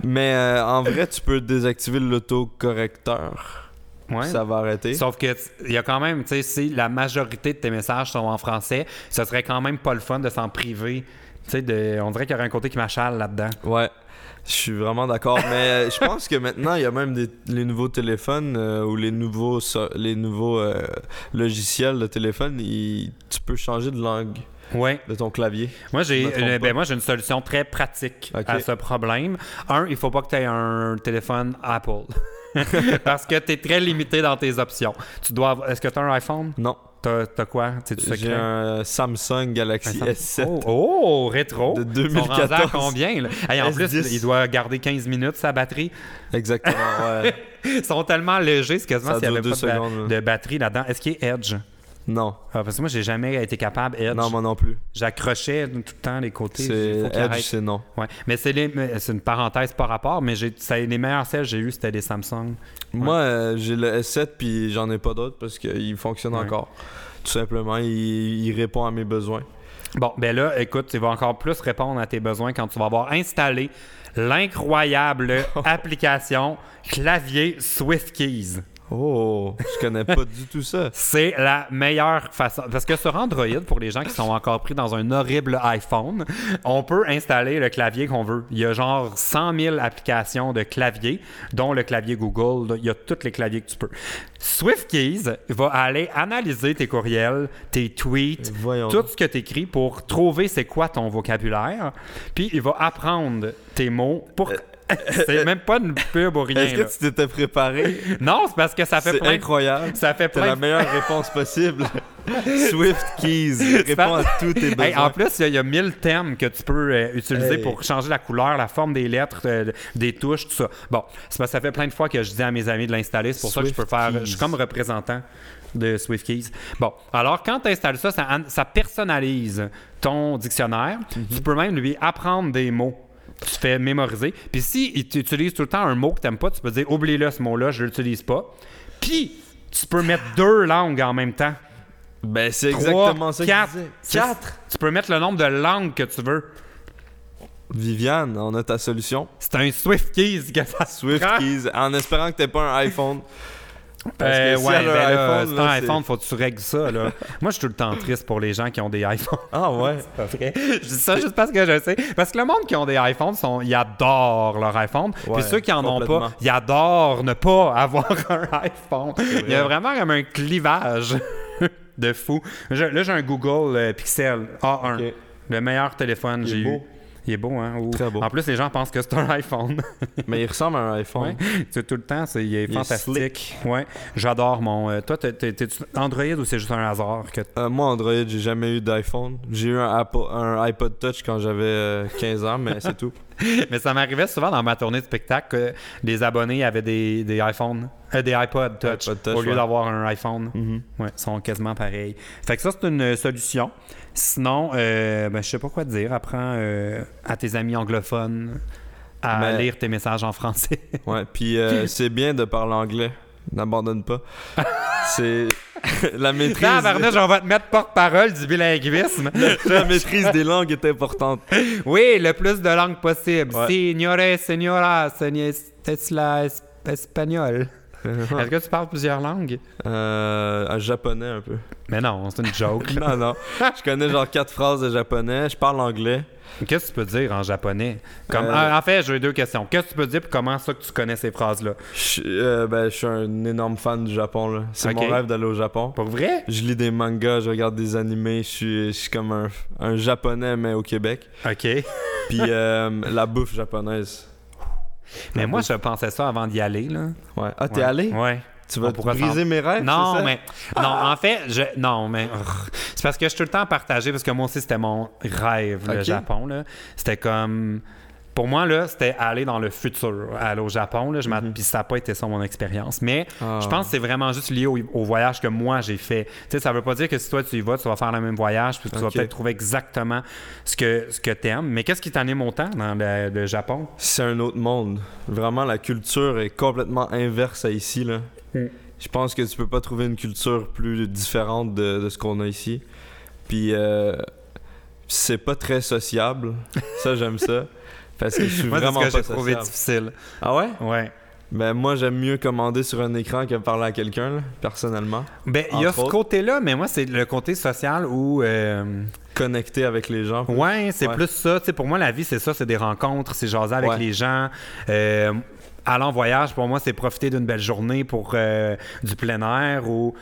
A: mais euh, en vrai, tu peux désactiver l'autocorrecteur.
B: Ouais.
A: Ça va arrêter.
B: Sauf que t- il y a quand même, tu sais, si la majorité de tes messages sont en français, ce serait quand même pas le fun de s'en priver. Tu sais, de- on dirait qu'il y aurait un côté qui m'achale là-dedans.
A: Ouais, je suis vraiment
B: <laughs>
A: d'accord. Mais euh, je pense que maintenant, il y a même des, les nouveaux téléphones euh, ou les nouveaux, so- les nouveaux euh, logiciels de téléphone, ils- tu peux changer de langue
B: Ouais.
A: de ton clavier.
B: Moi,
A: Je
B: j'ai
A: me trompe
B: euh, ben,
A: pas.
B: moi, j'ai une solution très pratique
A: Ok.
B: à ce problème. Un, il faut pas que tu aies un téléphone Apple. <laughs> Parce que tu es très limité dans tes options. Tu dois avoir- Est-ce que tu as un iPhone?
A: Non,
B: T'as as quoi? C'est du
A: j'ai
B: secret?
A: un Samsung Galaxy
B: Un
A: S7.
B: Samsung- Oh, oh, rétro.
A: De
B: Ils sont rendus à
A: 2014.
B: combien? là? Hey, en plus,
A: S10.
B: il doit garder 15 minutes sa batterie.
A: Exactement,
B: <laughs>
A: ouais.
B: Ils sont tellement légers, c'est quasiment
A: Ça
B: s'il n'y
A: dure
B: avait pas
A: deux
B: de, ba-
A: secondes,
B: de batterie là-dedans. Est-ce qu'il est Edge?
A: non,
B: Ah, parce que moi, j'ai jamais été capable Edge.
A: non, moi non plus.
B: J'accrochais tout le temps les côtés.
A: C'est
B: Il faut qu'il
A: Edge,
B: arrête.
A: c'est non.
B: Ouais. Mais c'est les- mais c'est une parenthèse par rapport, mais j'ai- ça- les meilleurs celles que j'ai eues, c'était des Samsung.
A: Moi, euh, j'ai le S7 puis j'en ai pas d'autres parce qu'il fonctionne
B: Ouais.
A: encore. Tout simplement, il, il répond à mes besoins.
B: Bon, ben là, écoute, tu vas encore plus répondre à tes besoins quand tu vas avoir installé l'incroyable application clavier SwiftKeys.
A: Oh, je connais pas du tout
B: <laughs>
A: ça.
B: C'est la meilleure façon. Parce que sur Android, pour les gens qui sont encore pris dans un horrible iPhone, on peut installer le clavier qu'on veut. Il y a genre 100 000 applications de clavier, dont le clavier Google. Il y a tous les claviers que tu peux. SwiftKeys va aller analyser tes courriels, tes tweets,
A: Voyons.
B: tout ce que tu écris pour trouver c'est quoi ton vocabulaire. Puis il va apprendre tes mots pour. <laughs> c'est même pas une pub ou rien.
A: Euh, <laughs> Est-ce que
B: Ben là.
A: tu t'étais préparé?
B: Non, c'est parce que <laughs> ça fait
A: C'est
B: plein. de-
A: incroyable.
B: Ça fait
A: T'as
B: plein.
A: la
B: de-
A: meilleure réponse
B: <laughs>
A: possible. Swift Keys répond à tous tes besoins.
B: Hey, en plus, il y a- il y, a 1000 termes que tu peux euh, utiliser
A: Hey.
B: pour changer la couleur, la forme des lettres, euh, des touches, tout ça. Bon, c'est parce que ça fait plein de fois que je dis à mes amis de l'installer. C'est pour ça que je peux faire. Je suis
A: SwiftKeys.
B: comme représentant de SwiftKeys. Bon, alors quand tu installes ça, ça, an- ça personnalise ton dictionnaire. Tu peux même lui apprendre des mots. Tu fais mémoriser. Puis si tu utilises tout le temps un mot que tu n'aimes pas, tu peux dire oublie-le ce mot-là, je l'utilise pas. Puis tu peux mettre deux langues en même temps.
A: ben, c'est
B: Trois,
A: exactement ça
B: quatre,
A: que je disais.
B: six. Tu peux mettre le nombre de langues que tu veux.
A: Viviane, on a ta solution.
B: C'est un Swift Keys Ah! que ça se
A: Swift
B: prend.
A: Keys, en espérant que t'aies pas un iPhone. Parce que
B: Euh,
A: si
B: ouais,
A: elle a
B: ben
A: un
B: là,
A: iPhone,
B: c'est
A: là,
B: un
A: c'est-
B: iPhone, faut que tu règles ça. Là. Moi, je suis tout le temps triste pour les gens qui ont des iPhones.
A: Ah ouais.
B: <laughs> je dis ça juste parce que je sais. Parce que le monde qui ont des iPhones, sont, ils adorent leur iPhone.
A: Ouais,
B: Puis ceux qui en ont
A: complètement.
B: pas, ils adorent ne pas <laughs> avoir un iPhone. Il y a vraiment comme un clivage <laughs> de fou. Je- là, j'ai un Google euh, Pixel A1.
A: Ok.
B: Le meilleur téléphone que
A: Il est
B: j'ai eu.
A: beau.
B: Il est beau, hein? Ouh.
A: Très beau.
B: En plus, les gens pensent que c'est un
A: <laughs>
B: iPhone.
A: Mais il ressemble à un iPhone.
B: Ouais. Tu sais, tout le temps, c'est, il est
A: est
B: fantastique. ouais. J'adore mon. euh, toi, t'es, t'es- t'es-tu Android ou c'est juste un hasard que.
A: Euh, moi, Android, j'ai jamais eu d'iPhone. J'ai eu un, Apple- un iPod Touch quand j'avais euh, 15 ans, mais c'est tout.
B: Mais ça m'arrivait souvent dans ma tournée de spectacle que des abonnés avaient des, des iPhones, euh, des iPod Touch,
A: iPod Touch,
B: au lieu
A: ouais.
B: d'avoir un iPhone.
A: Mhm.
B: Ouais, ils sont quasiment pareils. Fait que ça, c'est une solution. Sinon, euh, ben, je sais pas quoi te dire. Apprends euh, à tes amis anglophones à
A: Mais-
B: lire tes messages
A: <laughs>
B: en français.
A: Ouais, puis euh, c'est bien de parler anglais. N'abandonne pas. c'est <laughs> la maîtrise.
B: Tabarnouche, on va te mettre porte-parole du bilinguisme.
A: <laughs> la maîtrise des langues est importante.
B: <laughs> Oui, le plus de langues possible.
A: Ouais.
B: Signore, senora, señor- Tesla, es-
A: <laughs>
B: espagnol. Est-ce que tu parles plusieurs langues?
A: Euh, un japonais un peu.
B: Mais non, c'est
A: <laughs>
B: une joke. là.
A: Non, non. Je connais genre quatre phrases de japonais. Je parle anglais.
B: Qu'est-ce que tu peux dire en japonais? Comme,
A: Euh,
B: en, en fait, j'ai deux questions. Qu'est-ce que tu peux dire et comment ça que tu connais ces phrases-là?
A: Je, suis- euh, ben, je suis un énorme fan du Japon. là. C'est
B: Ok.
A: mon rêve d'aller au Japon.
B: Pour vrai?
A: Je lis des mangas, je regarde des animés. Je suis, je suis comme un, un japonais, mais au Québec.
B: OK.
A: Puis euh, la bouffe japonaise.
B: Mais
A: <laughs>
B: moi, je pensais ça avant d'y aller. Là.
A: Ouais. Ah, t'es
B: Ouais.
A: allé?
B: Ouais.
A: Tu vas
B: On
A: te
B: pourrait
A: briser mes rêves? c'est
B: Non,
A: ça? Ah!
B: mais. Non, en fait, je. Non, mais. Urgh. C'est parce que je suis tout le temps partagé, parce que moi aussi, c'était mon rêve, le
A: Ok.
B: Japon, là. C'était comme. Pour moi, là, c'était aller dans le futur, aller au Japon. Là, je
A: Mhm.
B: m'a- Puis ça n'a pas été ça mon expérience. Mais
A: Ah.
B: je pense que c'est vraiment juste lié au, au voyage que moi j'ai fait. Tu sais, ça veut pas dire que si toi tu y vas, tu vas faire le même voyage, puis tu vas
A: Ok.
B: peut-être trouver exactement ce que, ce que tu aimes. Mais qu'est-ce qui t'en est montant dans le, le Japon?
A: C'est un autre monde. Vraiment, la culture est complètement inverse à ici. Là.
B: Mm.
A: Je pense que tu peux pas trouver une culture plus différente de, de ce qu'on a ici. Puis euh, c'est pas très
B: <laughs>
A: sociable. Ça, j'aime ça. Parce que je suis
B: Moi, c'est ce
A: vraiment
B: que
A: pas
B: j'ai trouvé
A: sociable.
B: difficile.
A: Ah ouais?
B: Ouais.
A: Ben moi, j'aime mieux commander sur un écran que parler à quelqu'un, là, personnellement.
B: Ben, il y a
A: Entre
B: ce
A: autres.
B: côté-là, mais moi, c'est le côté social où. euh,
A: Connecter avec les gens.
B: Ouais, c'est
A: Ouais.
B: plus ça. Tu sais, pour moi, la vie, c'est ça, c'est des rencontres, c'est jaser avec
A: Ouais.
B: les gens. Euh, aller en voyage, pour moi, c'est profiter d'une belle journée pour euh, du plein air ou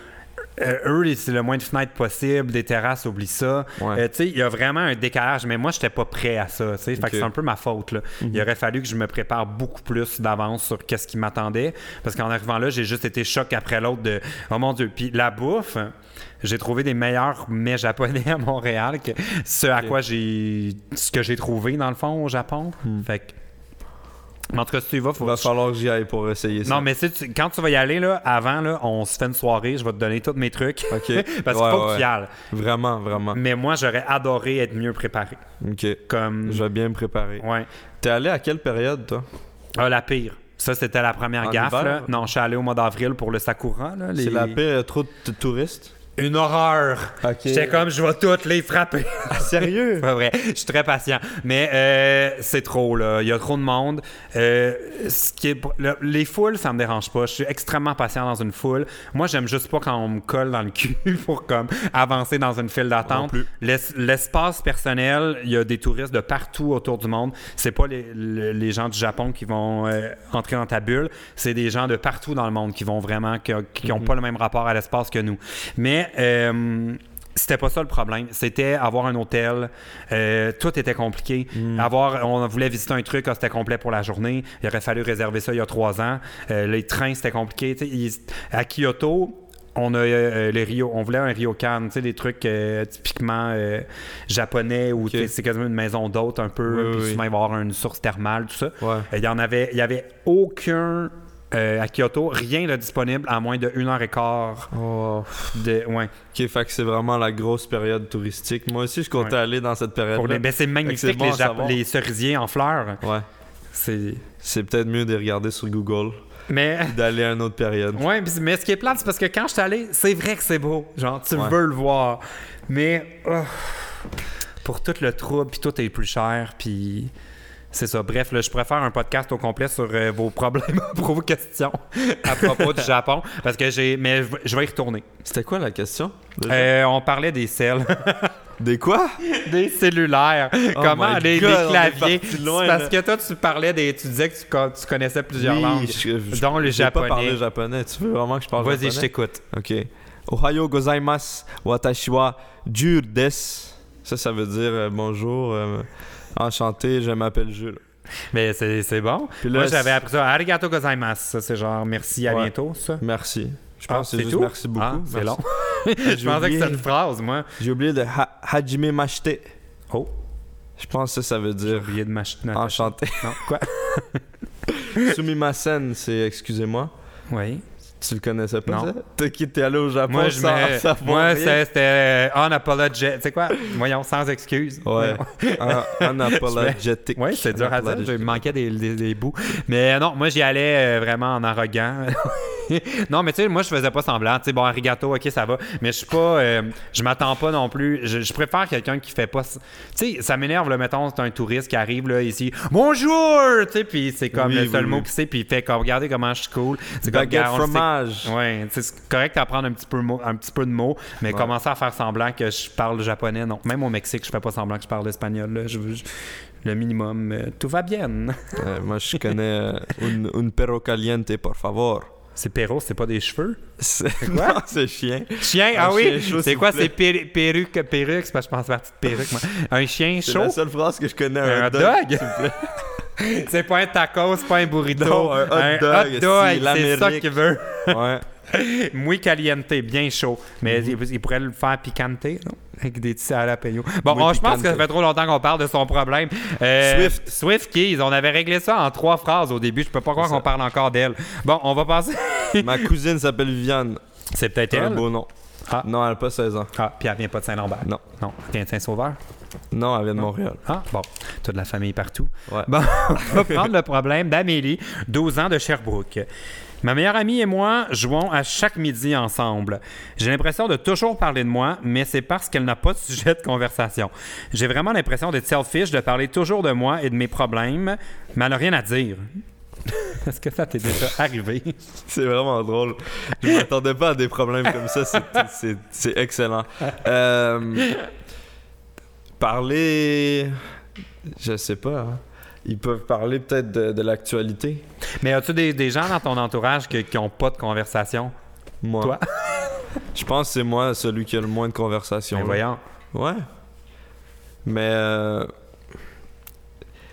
B: euh, eux, c'est le moins de fenêtres possible, des terrasses, oublie ça.
A: Ouais.
B: Euh, tu sais, il y a vraiment un décalage, mais moi, j'étais pas prêt à ça. tu sais. Fait que
A: Ok. Mhm.
B: c'est un peu ma faute. là. Il aurait fallu que je me prépare beaucoup plus d'avance sur qu'est-ce qui m'attendait. Parce qu'en arrivant là, j'ai juste été choc après l'autre de Oh mon Dieu. Puis la bouffe, j'ai trouvé des meilleurs mets japonais à Montréal que ce à
A: Ok.
B: quoi j'ai. ce que j'ai trouvé dans le fond au Japon. Fait que. Mais En tout cas, si tu y vas, faut
A: Il Hmm. va falloir que j'y aille pour essayer ça.
B: non, mais si tu- quand tu vas y aller, là, avant, là, on se fait une soirée, je vais te donner tous mes trucs. <laughs>
A: <laughs> Ok.
B: Parce qu'il
A: Ouais,
B: faut que
A: ouais.
B: tu y ailles.
A: Vraiment, vraiment.
B: Mais moi, j'aurais adoré être mieux préparé.
A: Ok.
B: Comme.
A: Je vais bien me préparer.
B: Ouais.
A: T'es allé à quelle période, toi?
B: Ah, la pire. Ça, c'était la première
A: En
B: gaffe.
A: hiver?
B: là. Non, je suis allé au mois d'avril pour le Sakura. là, les-
A: C'est la pire, euh, trop de t- touristes.
B: Une horreur.
A: Ok.
B: J'étais comme, je vais toutes les frapper.
A: <laughs>
B: <laughs>
A: Sérieux?
B: C'est pas vrai. Je suis très patient. Mais euh, c'est trop, là. Il y a trop de monde. Euh, ce qui est, le- les foules, ça me dérange pas. Je suis extrêmement patient dans une foule. Moi, j'aime juste pas quand on me colle dans le <laughs> cul pour comme avancer dans une file
A: Non
B: d'attente.
A: plus.
B: L'es- L'espace personnel, il y a des touristes de partout autour du monde. C'est pas les, le- les gens du Japon qui vont euh, entrer dans ta bulle. C'est des gens de partout dans le monde qui vont vraiment, qui n'ont pas le même rapport à l'espace que nous. Mais euh, c'était pas ça le problème. C'était avoir un hôtel. Euh, tout était compliqué. Avoir, on voulait visiter un truc, ah, c'était complet pour la journée. Il aurait fallu réserver ça il y a trois ans. Euh, les trains, c'était compliqué. Tu sais, ils- à Kyoto, on a euh, euh, les Rio, on voulait un ryokan, tu sais, des trucs euh, typiquement euh, japonais où tu sais, c'est quasiment une maison d'hôte un peu,
A: Oui,
B: puis
A: oui,
B: souvent il va y avoir une source thermale, tout ça.
A: Ouais.
B: Il y en avait, il y avait aucun euh, à Kyoto, rien de disponible à moins de une heure et quart
A: Oh.
B: de, ouais.
A: Ok, fait que c'est vraiment la grosse période touristique. Moi aussi, je comptais
B: Ouais.
A: aller dans cette période.
B: Pour les, ben,
A: Fait
B: c'est
A: que c'est
B: magnifique
A: bon
B: les,
A: à
B: Jap-
A: savoir.
B: les cerisiers en fleurs.
A: Ouais.
B: C'est,
A: C'est peut-être mieux de regarder sur Google,
B: mais
A: d'aller à une autre période.
B: Ouais, pis- mais ce qui est plate, c'est parce que quand je suis allé, c'est vrai que c'est beau. Genre, tu
A: Ouais.
B: veux le voir. Mais oh, pour tout le trouble, puis tout est plus cher, puis c'est ça. Bref, là, je préfère un podcast au complet sur euh, vos problèmes, vos questions à propos du Japon, parce que j'ai. Mais je vais- je vais y retourner.
A: C'était quoi la question? déjà?
B: Euh, on parlait
A: <laughs>
B: des selles,
A: Des quoi?
B: des cellulaires,
A: Oh
B: comment
A: my
B: les,
A: God,
B: les
A: on est
B: claviers.
A: parti loin,
B: C'est parce
A: là.
B: que toi, tu parlais des. Tu disais que tu, con- tu connaissais plusieurs
A: Oui,
B: langues,
A: je- je-
B: dont le
A: J'ai
B: japonais.
A: pas parlé japonais. Tu veux vraiment que je parle
B: Vas-y,
A: japonais?
B: je t'écoute.
A: Ok. Ohayo gozaimasu, watashi wa Jules des. Ça, ça veut dire euh, bonjour, euh, enchanté, je m'appelle Jules.
B: Mais c'est c'est bon.
A: Puis là,
B: Moi, j'avais
A: c'est-
B: appris ça. Arigato gozaimasu. Ça, c'est genre merci, à
A: Ouais.
B: bientôt, ça.
A: Merci. Je
B: Ah,
A: pense que c'est juste
B: tout?
A: merci beaucoup.
B: Ah, c'est
A: Merci. <laughs>
B: long.
A: J'ai
B: Je pensais que
A: oublié.
B: c'était une phrase, moi.
A: J'ai oublié de ha- Hajime Machite.
B: Oh.
A: Je pense que ça, ça veut
B: J'ai
A: dire
B: oublié de m'acheter. Non,
A: enchanté.
B: non, quoi?
A: <laughs> Sumimasen, c'est excusez-moi.
B: Oui.
A: Tu le connaissais pas,
B: Non.
A: ça? T'es qui t'es allé au Japon
B: Moi, je
A: sans
B: mets...
A: savoir
B: Moi,
A: rien?
B: c'est- c'était on unapologetic. C'est quoi? Voyons, sans excuse. <laughs>
A: Ouais, un, un
B: Oui,
A: apologetic.
B: ouais, c'est dur à dire.
A: Unapologetic.
B: Je manquais des, des- des bouts. Mais non, moi, j'y allais euh, vraiment en arrogant. <laughs> non, mais tu sais, moi, je faisais pas semblant. Tu sais, bon, arigato, ok, ça va. Mais je suis pas. euh, je m'attends pas non plus. Je, je préfère quelqu'un qui fait pas. s- Tu sais, ça m'énerve, là, mettons, c'est un touriste qui arrive, là, ici. Bonjour! Tu sais, puis c'est comme
A: Oui,
B: le
A: oui,
B: seul
A: oui.
B: mot qu'il sait, puis il fait comme, regardez comment je suis cool. C'est comme,
A: Baguette
B: gars, on le sait-
A: fromage.
B: Ouais, tu sais, c'est correct d'apprendre un petit peu mo- un petit peu de mots, mais
A: Ouais.
B: commencer à faire semblant que je parle japonais, non. Même au Mexique, je fais pas semblant que je parle espagnol. là. Je, veux- je- le minimum, euh, tout va bien. <laughs>
A: Euh, moi, je connais euh, un, un perro caliente, por favor.
B: C'est Perro, c'est pas des cheveux.
A: C'est
B: quoi?
A: Non, c'est chien.
B: Chien,
A: Un
B: ah
A: chien
B: oui.
A: chaud,
B: C'est
A: s'il
B: quoi,
A: vous plaît.
B: c'est péri- perruque, perruque, c'est parce que je pense partie de perruque. moi. Un chien
A: C'est
B: chaud.
A: la seule phrase que je connais.
B: Un hot dog? C'est pas un tacos, c'est pas un burrito.
A: Non, un hot
B: un
A: dog,
B: hot dog,
A: si,
B: c'est ça
A: l'Amérique.
B: qu'il veut.
A: ouais.
B: Muy caliente, bien chaud. Mais
A: Mhm.
B: il, il pourrait le faire picante, non? Avec des petits jalapenos. Bon,
A: Muy
B: on- je pense que ça
A: picante.
B: fait trop longtemps qu'on parle de son problème. Euh,
A: Swift.
B: Swift Keys, on avait réglé ça en trois phrases au début. Je peux pas croire
A: C'est ça.
B: qu'on parle encore d'elle. Bon, on va passer.
A: Ma cousine s'appelle Viviane.
B: C'est
A: <laughs>
B: peut-être
A: C'est un
B: elle.
A: beau nom.
B: Ah.
A: Non, elle n'a pas 16 ans.
B: Ah, puis elle vient pas de Saint-Lambert.
A: Non.
B: Non, elle vient de Saint-Sauveur.
A: Non, elle vient de Montréal.
B: Ah, bon, toute la famille partout.
A: Ouais.
B: Bon, <laughs> on va prendre le problème d'Amélie, 12 ans de Sherbrooke. Ma meilleure amie et moi jouons à chaque midi ensemble. J'ai l'impression de toujours parler de moi, mais c'est parce qu'elle n'a pas de sujet de conversation. J'ai vraiment l'impression d'être selfish, de parler toujours de moi et de mes problèmes, mais elle n'a rien à dire. <laughs> Est-ce que ça t'est déjà arrivé?
A: <laughs> C'est vraiment drôle. Je m'attendais pas à des problèmes comme ça. C'est, c'est- c'est excellent. Euh, parler. Je sais pas. hein. Ils peuvent parler peut-être de, de l'actualité.
B: Mais as-tu des, des gens dans ton entourage que- qui n'ont pas de conversation?
A: Moi.
B: Toi?
A: <laughs> Je pense que c'est moi celui qui a le moins de conversations.
B: Mais
A: là.
B: Ben voyons.
A: Ouais. Mais euh,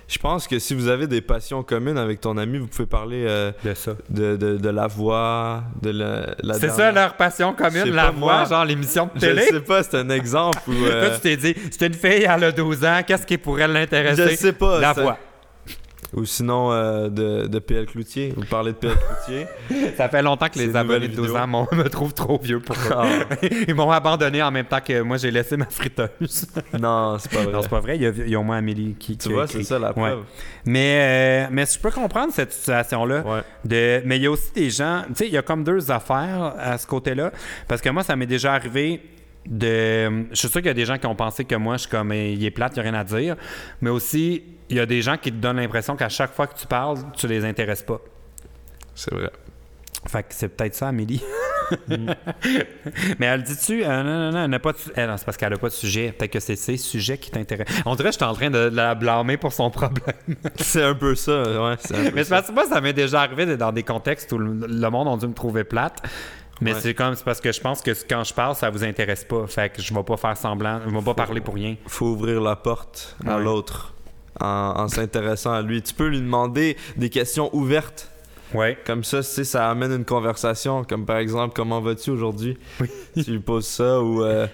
A: je pense que si vous avez des passions communes avec ton ami, vous pouvez parler euh,
B: De ça.
A: de, de- de la voix, de la, la
B: C'est
A: dernière-
B: ça leur passion
A: C'est
B: commune, la
A: pas
B: voix,
A: moi.
B: genre l'émission de
A: Je
B: télé?
A: sais pas, c'est un exemple
B: <laughs>
A: ou. euh,
B: Là, tu t'es dit, c'est une fille, elle a 12 ans, qu'est-ce qui pourrait l'intéresser?
A: Je sais pas,
B: La
A: ça-
B: voix.
A: Ou sinon euh, de, de PL Cloutier. Vous parlez de PL
B: <laughs>
A: Cloutier.
B: Ça fait longtemps que
A: C'est
B: les
A: une
B: abonnés
A: nouvelle
B: de 12
A: vidéo.
B: ans m'ont- <laughs> me trouvent trop vieux pour ça.
A: <laughs> Ah,
B: Ils m'ont abandonné en même temps que moi, j'ai laissé ma friteuse.
A: non, c'est pas vrai.
B: Non, c'est pas vrai, il y a, il y a au moins Amélie qui.
A: tu
B: qui a
A: vois,
B: écrit.
A: c'est ça la preuve.
B: Mais, euh, mais je peux comprendre cette situation-là.
A: Ouais.
B: De- Mais il y a aussi des gens, tu sais, il y a comme deux affaires à ce côté-là. Parce que moi, ça m'est déjà arrivé de. Je suis sûr qu'il y a des gens qui ont pensé que moi, je suis comme, Eh, il est plate, il n'y a rien à dire. Mais aussi, il y a des gens qui te donnent l'impression qu'à chaque fois que tu parles, tu les intéresses pas.
A: C'est vrai.
B: Fait que c'est peut-être ça, Amélie. <laughs> Mais elle dit-tu, euh, non, non, non, elle n'a pas de su- eh, non, c'est parce qu'elle n'a pas de sujet. Peut-être que c'est ses sujets qui t'intéressent. On dirait que je suis en train de la blâmer pour son problème.
A: <laughs> C'est un peu ça. Ouais, c'est un peu
B: <laughs> Mais c'est
A: ça.
B: parce que moi, ça m'est déjà arrivé d'être dans des contextes où le le monde a dû me trouver plate. Mais
A: Ouais.
B: c'est comme, c'est parce que je pense que c- quand je parle, ça vous intéresse pas. Fait que je vais pas faire semblant, je vais pas parler pour rien.
A: faut ouvrir la porte à
B: Ouais.
A: l'autre en, en s'intéressant à lui. Tu peux lui demander des questions ouvertes.
B: Ouais.
A: Comme ça, tu sais, ça amène une conversation. Comme par exemple, comment vas-tu aujourd'hui
B: Oui.
A: <laughs> Tu lui poses ça ou euh,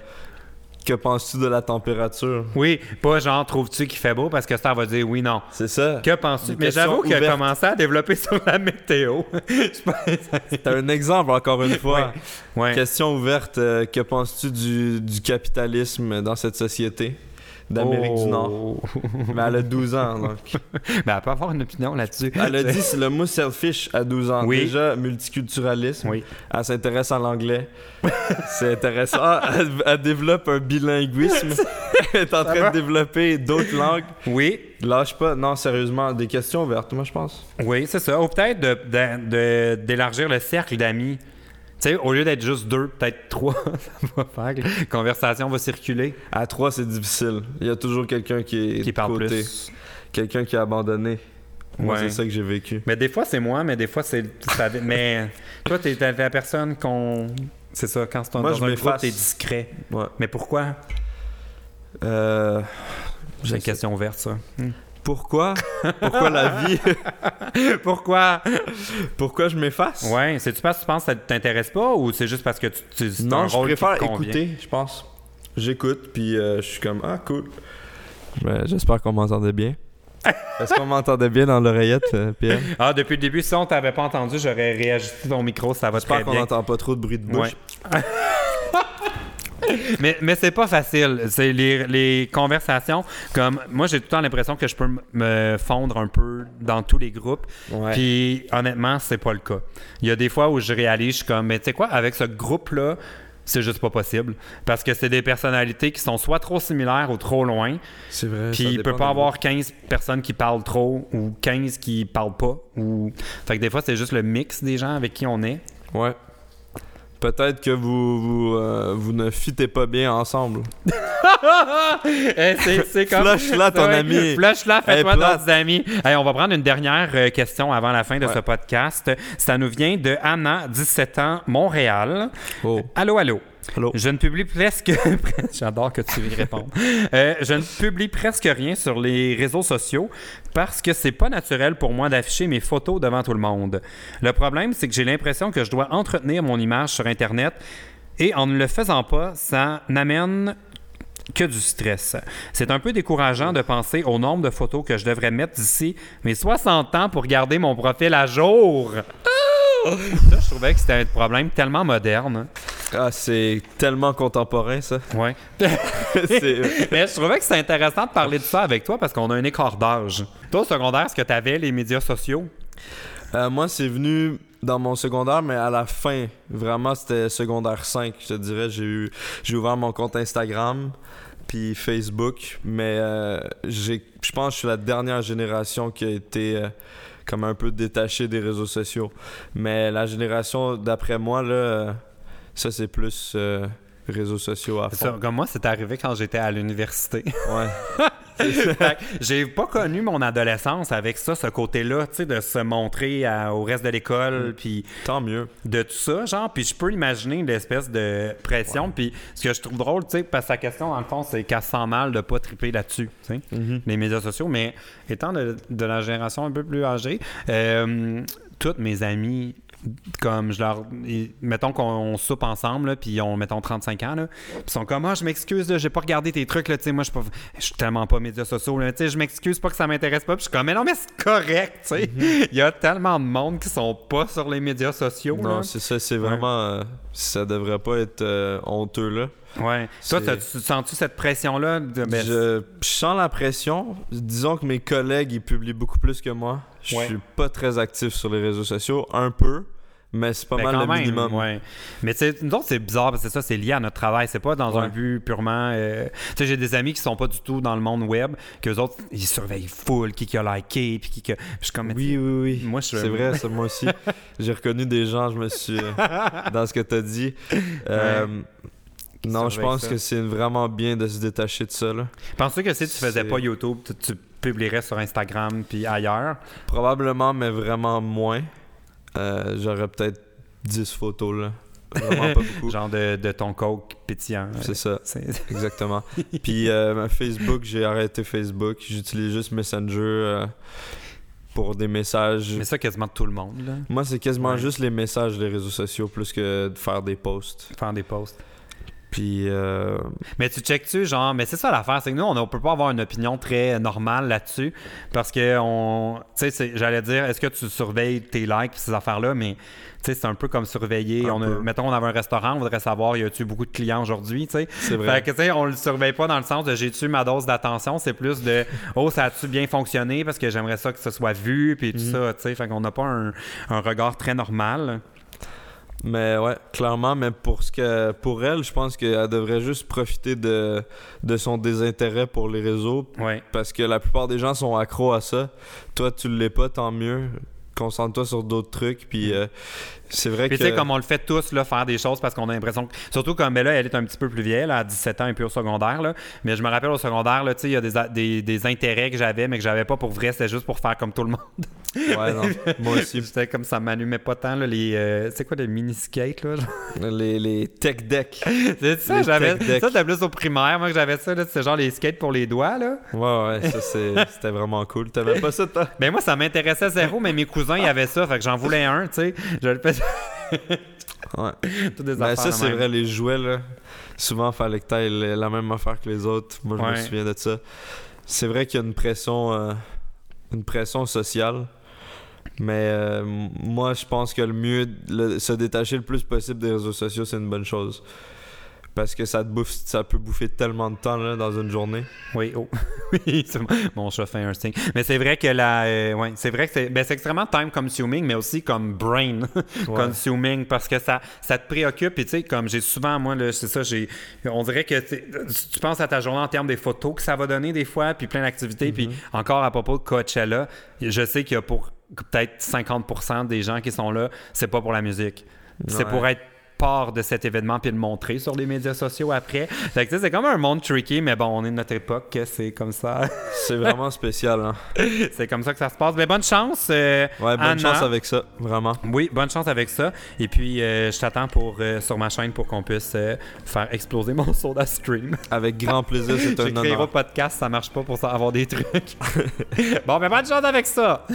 A: que penses-tu de la température
B: Oui, pas genre, trouves-tu qu'il fait beau parce que ça va dire oui, non.
A: C'est ça.
B: Que penses-tu?
A: Des
B: Mais j'avoue
A: questions
B: qu'il a
A: ouvertes.
B: commencé à développer <laughs> sur la météo. <laughs> Je pense-
A: T'as un exemple encore une fois.
B: Ouais.
A: Question ouverte. euh, que penses-tu du, du capitalisme dans cette société d'Amérique
B: Oh.
A: du Nord
B: <laughs>
A: Mais elle a 12 ans, donc.
B: Mais Ben, elle peut avoir une opinion là-dessus.
A: Elle a dit c'est le mot selfish à 12 ans.
B: Oui.
A: Déjà, multiculturalisme.
B: <laughs> Oui.
A: Elle s'intéresse à l'anglais. <laughs> c'est intéressant. Ah, Elle, elle développe un bilinguisme. elle est en train
B: va?
A: de développer d'autres langues.
B: Oui,
A: Lâche pas. Non, sérieusement, des questions ouvertes, moi, je pense.
B: oui, c'est ça. Ou peut-être de- de- de- d'élargir le cercle d'amis. Tu sais, au lieu d'être juste deux, peut-être trois, <laughs> ça va faire que la conversation va circuler.
A: À 3, c'est difficile. Il y a toujours quelqu'un qui est
B: Qui
A: de
B: parle
A: côté.
B: plus.
A: Quelqu'un qui a abandonné. Moi,
B: Ouais.
A: c'est ça que j'ai vécu.
B: Mais des fois, c'est moi, mais des fois, c'est. ça- mais toi, t'es t'es la personne qu'on. C'est ça, quand c'est ton
A: Moi,
B: dans
A: je
B: un
A: m'efface.
B: groupe, t'es discret.
A: Ouais.
B: Mais pourquoi
A: Euh, je
B: C'est une
A: sais-
B: question
A: <laughs>
B: ouverte, ça. <laughs>
A: Pourquoi Pourquoi la vie
B: pourquoi
A: Pourquoi je m'efface
B: Ouais, c'est-tu parce que tu penses que ça t'intéresse pas ou c'est juste parce que tu. tu- c'est un
A: Non, je
B: rôle qui te
A: préfère
B: convient?
A: écouter, je pense. J'écoute, puis euh, je suis comme Ah, cool. Ben, J'espère qu'on m'entendait <laughs> bien. Est-ce qu'on m'entendait bien dans l'oreillette, euh, Pierre
B: Ah, depuis le début, si on t'avait pas entendu, j'aurais réajusté ton micro, ça va très
A: J'espère qu'on
B: bien.
A: n'entend pas trop de bruit de bouche.
B: mais mais c'est pas facile. C'est les, les conversations. Comme moi, j'ai tout le temps l'impression que je peux m- me fondre un peu dans tous les groupes.
A: Ouais.
B: Puis honnêtement, c'est pas le cas. Il y a des fois où je réalise, je suis comme, mais tu sais quoi, avec ce groupe-là, c'est juste pas possible. Parce que c'est des personnalités qui sont soit trop similaires ou trop loin.
A: C'est vrai.
B: Puis
A: ça
B: il
A: dépend
B: peut pas
A: du
B: avoir 15 personnes qui parlent trop ou 15 qui parlent pas. Ou... Fait que des fois, c'est juste le mix des gens avec qui on est.
A: groupe. Ouais. Peut-être que vous, vous, euh, vous ne fitez pas bien ensemble.
B: Eh, c'est c'est comme...
A: Flush-la, ton
B: Ouais,
A: ami.
B: Flush-la, fais-toi
A: Hey, plate.
B: d'autres amis. Hey, on va prendre une dernière euh, question avant la fin de
A: Ouais.
B: ce podcast. Ça nous vient de Anna, 17 ans, Montréal.
A: Oh.
B: Allô, allô.
A: Allô?
B: Je ne publie presque. <laughs> J'adore que tu répondes. Euh, je ne publie presque rien sur les réseaux sociaux parce que c'est pas naturel pour moi d'afficher mes photos devant tout le monde. Le problème, c'est que j'ai l'impression que je dois entretenir mon image sur Internet et en ne le faisant pas, ça n'amène que du stress. C'est un peu décourageant de penser au nombre de photos que je devrais mettre d'ici mes 60 ans pour garder mon profil à jour. Ça, je trouvais que c'était un problème tellement moderne.
A: Ah, c'est tellement contemporain, ça. <laughs>
B: Ouais.
A: c'est...
B: Mais je trouvais que c'était intéressant de parler de ça avec toi parce qu'on a un écart d'âge. Toi, au secondaire, est-ce que tu avais les médias sociaux?
A: Euh, moi, c'est venu dans mon secondaire, mais à la fin. Vraiment, c'était secondaire 5, je te dirais. J'ai, eu, j'ai ouvert mon compte Instagram, puis Facebook, mais euh, j'ai, je pense que je suis la dernière génération qui a été euh, comme un peu détachée des réseaux sociaux. Mais la génération d'après moi, là, euh, ça, c'est plus euh, réseaux sociaux à
B: C'est ça,
A: fond.
B: comme moi, c'est arrivé quand j'étais à <laughs> l'université.
A: Ouais.
B: Fait que J'ai pas connu mon adolescence avec ça, ce côté-là, tu sais, de se montrer à- au reste de l'école, puis
A: Tant mieux.
B: de tout ça, genre, puis je peux imaginer l'espèce de pression, puis ce que je trouve drôle, tu sais, parce que sa question, dans le fond, c'est qu'elle se sent mal de pas triper là-dessus, tu sais, les médias sociaux, mais étant de, de la génération un peu plus âgée, euh, toutes mes amies comme je leur ils- mettons qu'on soupe ensemble là, puis ils ont mettons 35 ans là, puis ils sont comme ah je m'excuse là, j'ai pas regardé tes trucs là, tu sais moi je suis pas- je suis tellement pas médias sociaux là, tu sais je m'excuse pas que ça m'intéresse pas, puis je suis comme mais non mais c'est correct, tu sais. <laughs> Il y a tellement de monde qui sont pas sur les médias sociaux là.
A: Non, c'est ça, c'est vraiment. euh, ça devrait pas être euh, honteux, là.
B: Ouais.
A: C'est-
B: Toi, t'as- tu sens-tu cette pression-là? de- ben,
A: je, je sens la pression. Disons que mes collègues, ils publient beaucoup plus que moi. Je
B: Ouais.
A: suis pas très actif sur les réseaux sociaux, un peu, mais c'est pas
B: ben,
A: mal
B: quand
A: le
B: même,
A: minimum.
B: ouais. Mais tu sais, nous autres, c'est bizarre parce que ça, c'est lié à notre travail. C'est pas dans
A: Ouais.
B: un but purement. euh, Tu sais, j'ai des amis qui sont pas du tout dans le monde web, que les autres, ils surveillent full, qui, qui a liké, puis qui. qui a- puis je suis comme. mais
A: Oui, oui, oui.
B: Moi, je-
A: C'est vrai, ça, moi
B: <laughs>
A: aussi. J'ai reconnu des gens, je me suis. euh, dans ce que tu as dit. Euh, Non, je
B: surveillent
A: pense
B: ça.
A: que c'est vraiment bien de se détacher de ça, là.
B: tu- Penses-tu que si tu faisais
A: C'est-
B: pas YouTube, tu, tu publierais sur Instagram puis ailleurs?
A: Probablement, mais vraiment moins. Euh, J'aurais peut-être 10 photos, là. Vraiment
B: <laughs>
A: pas beaucoup.
B: Genre de, de ton coke pétillant.
A: C'est ça.
B: C'est- <laughs>
A: Exactement. Puis euh, Facebook, j'ai arrêté Facebook. J'utilise juste Messenger euh, pour des messages.
B: Mais ça, quasiment tout le monde, là.
A: Moi, c'est quasiment
B: Ouais.
A: juste les messages des réseaux sociaux plus que de faire des posts.
B: Faire des posts.
A: Puis euh,
B: Mais tu checkes-tu, genre, mais c'est ça l'affaire, c'est que nous, on ne peut pas avoir une opinion très normale là-dessus. Parce que, on, tu sais, c'est- j'allais dire, est-ce que tu surveilles tes likes pis ces affaires-là, mais tu sais, c'est un peu comme surveiller.
A: Un
B: On a-
A: peu.
B: mettons, on avait un restaurant, on voudrait savoir, y a-tu beaucoup de clients aujourd'hui, tu sais.
A: c'est vrai.
B: Fait que, tu sais, on le surveille pas dans le sens de j'ai-tu ma dose d'attention, c'est
A: <laughs>
B: plus de oh, ça a-tu bien fonctionné parce que j'aimerais ça que ce soit vu, puis
A: Mm-hmm.
B: tout ça, tu sais. Fait qu'on n'a pas un, un regard très normal.
A: Mais ouais, clairement, mais pour ce que pour elle, je pense qu'elle devrait juste profiter de, de son désintérêt pour les réseaux
B: Ouais.
A: parce que la plupart des gens sont accros à ça. Toi, tu l'es pas, tant mieux. Concentre-toi sur d'autres trucs. Puis euh, c'est vrai
B: Puis
A: que.
B: tu sais, comme on le fait tous, là, faire des choses parce qu'on a l'impression que... Surtout comme ben là, elle est un petit peu plus vieille, là, à 17 ans et puis au secondaire. Là. Mais je me rappelle au secondaire, là, tu sais, il y a des, a- des, des intérêts que j'avais, mais que j'avais pas pour vrai, c'était juste pour faire comme tout le <laughs> monde.
A: Ouais,
B: <laughs>
A: non. Moi aussi.
B: C'était comme ça m'allumait pas tant, là, les... euh, c'est quoi, les mini-skates, là? genre?
A: Les, les tech decks.
B: <laughs> c'est ça,
A: Les
B: j'avais...
A: tech decks.
B: Ça, c'était plus au primaire, moi, que j'avais ça, là, c'était genre les skates pour les doigts, là.
A: Ouais, ouais, ça <laughs> c'est- c'était vraiment cool. T'avais pas ça, toi?
B: Ben moi, ça m'intéressait zéro, mais mes cousins, ils avaient ça, fait que j'en voulais un, tu sais. Je le faisais <laughs>
A: Ouais.
B: toutes des
A: Mais
B: affaires
A: ça,
B: de
A: c'est
B: même.
A: vrai, les jouets, là. Souvent, fallait que t'ailles la la même affaire que les autres. Moi, je me
B: Ouais.
A: souviens de ça. C'est vrai qu'il y a une pression, euh, une pression sociale. Mais euh, m- moi, je pense que le mieux, le- se détacher le plus possible des réseaux sociaux, c'est une bonne chose. Parce que ça te bouffe, ça peut bouffer tellement de temps là, dans une journée.
B: Oui, oh. <laughs> oui, c'est mon- mon chat fait un signe. Mais c'est vrai que la, euh, ouais, c'est vrai que c'est, ben, c'est extrêmement time consuming, mais aussi comme brain <laughs> consuming parce que ça, ça te préoccupe. Puis tu sais, comme j'ai souvent, moi, là, c'est ça, j'ai, on dirait que tu tu penses à ta journée en termes des photos que ça va donner des fois, puis plein d'activités. Puis encore à propos de Coachella, je sais qu'il y a pour peut-être 50% des gens qui sont là, c'est pas pour la musique, c'est
A: Ouais.
B: pour être part de cet événement puis le montrer sur les médias sociaux après. Fait que, tu sais, c'est comme un monde tricky, mais bon, on est de notre époque, c'est comme ça. <laughs>
A: C'est <laughs> vraiment spécial. Hein.
B: c'est comme ça que ça se passe. Mais bonne chance. euh,
A: Ouais, bonne
B: Anna.
A: chance avec ça, vraiment.
B: Oui, bonne chance avec ça. Et puis, euh, je t'attends pour, euh, sur ma chaîne pour qu'on puisse euh, faire exploser mon <laughs> soda stream.
A: Avec grand plaisir, c'est
B: <laughs> J'ai
A: un
B: créé un
A: honneur.
B: <laughs> podcast, ça marche pas pour ça, avoir des trucs. bon, mais bonne chance avec ça!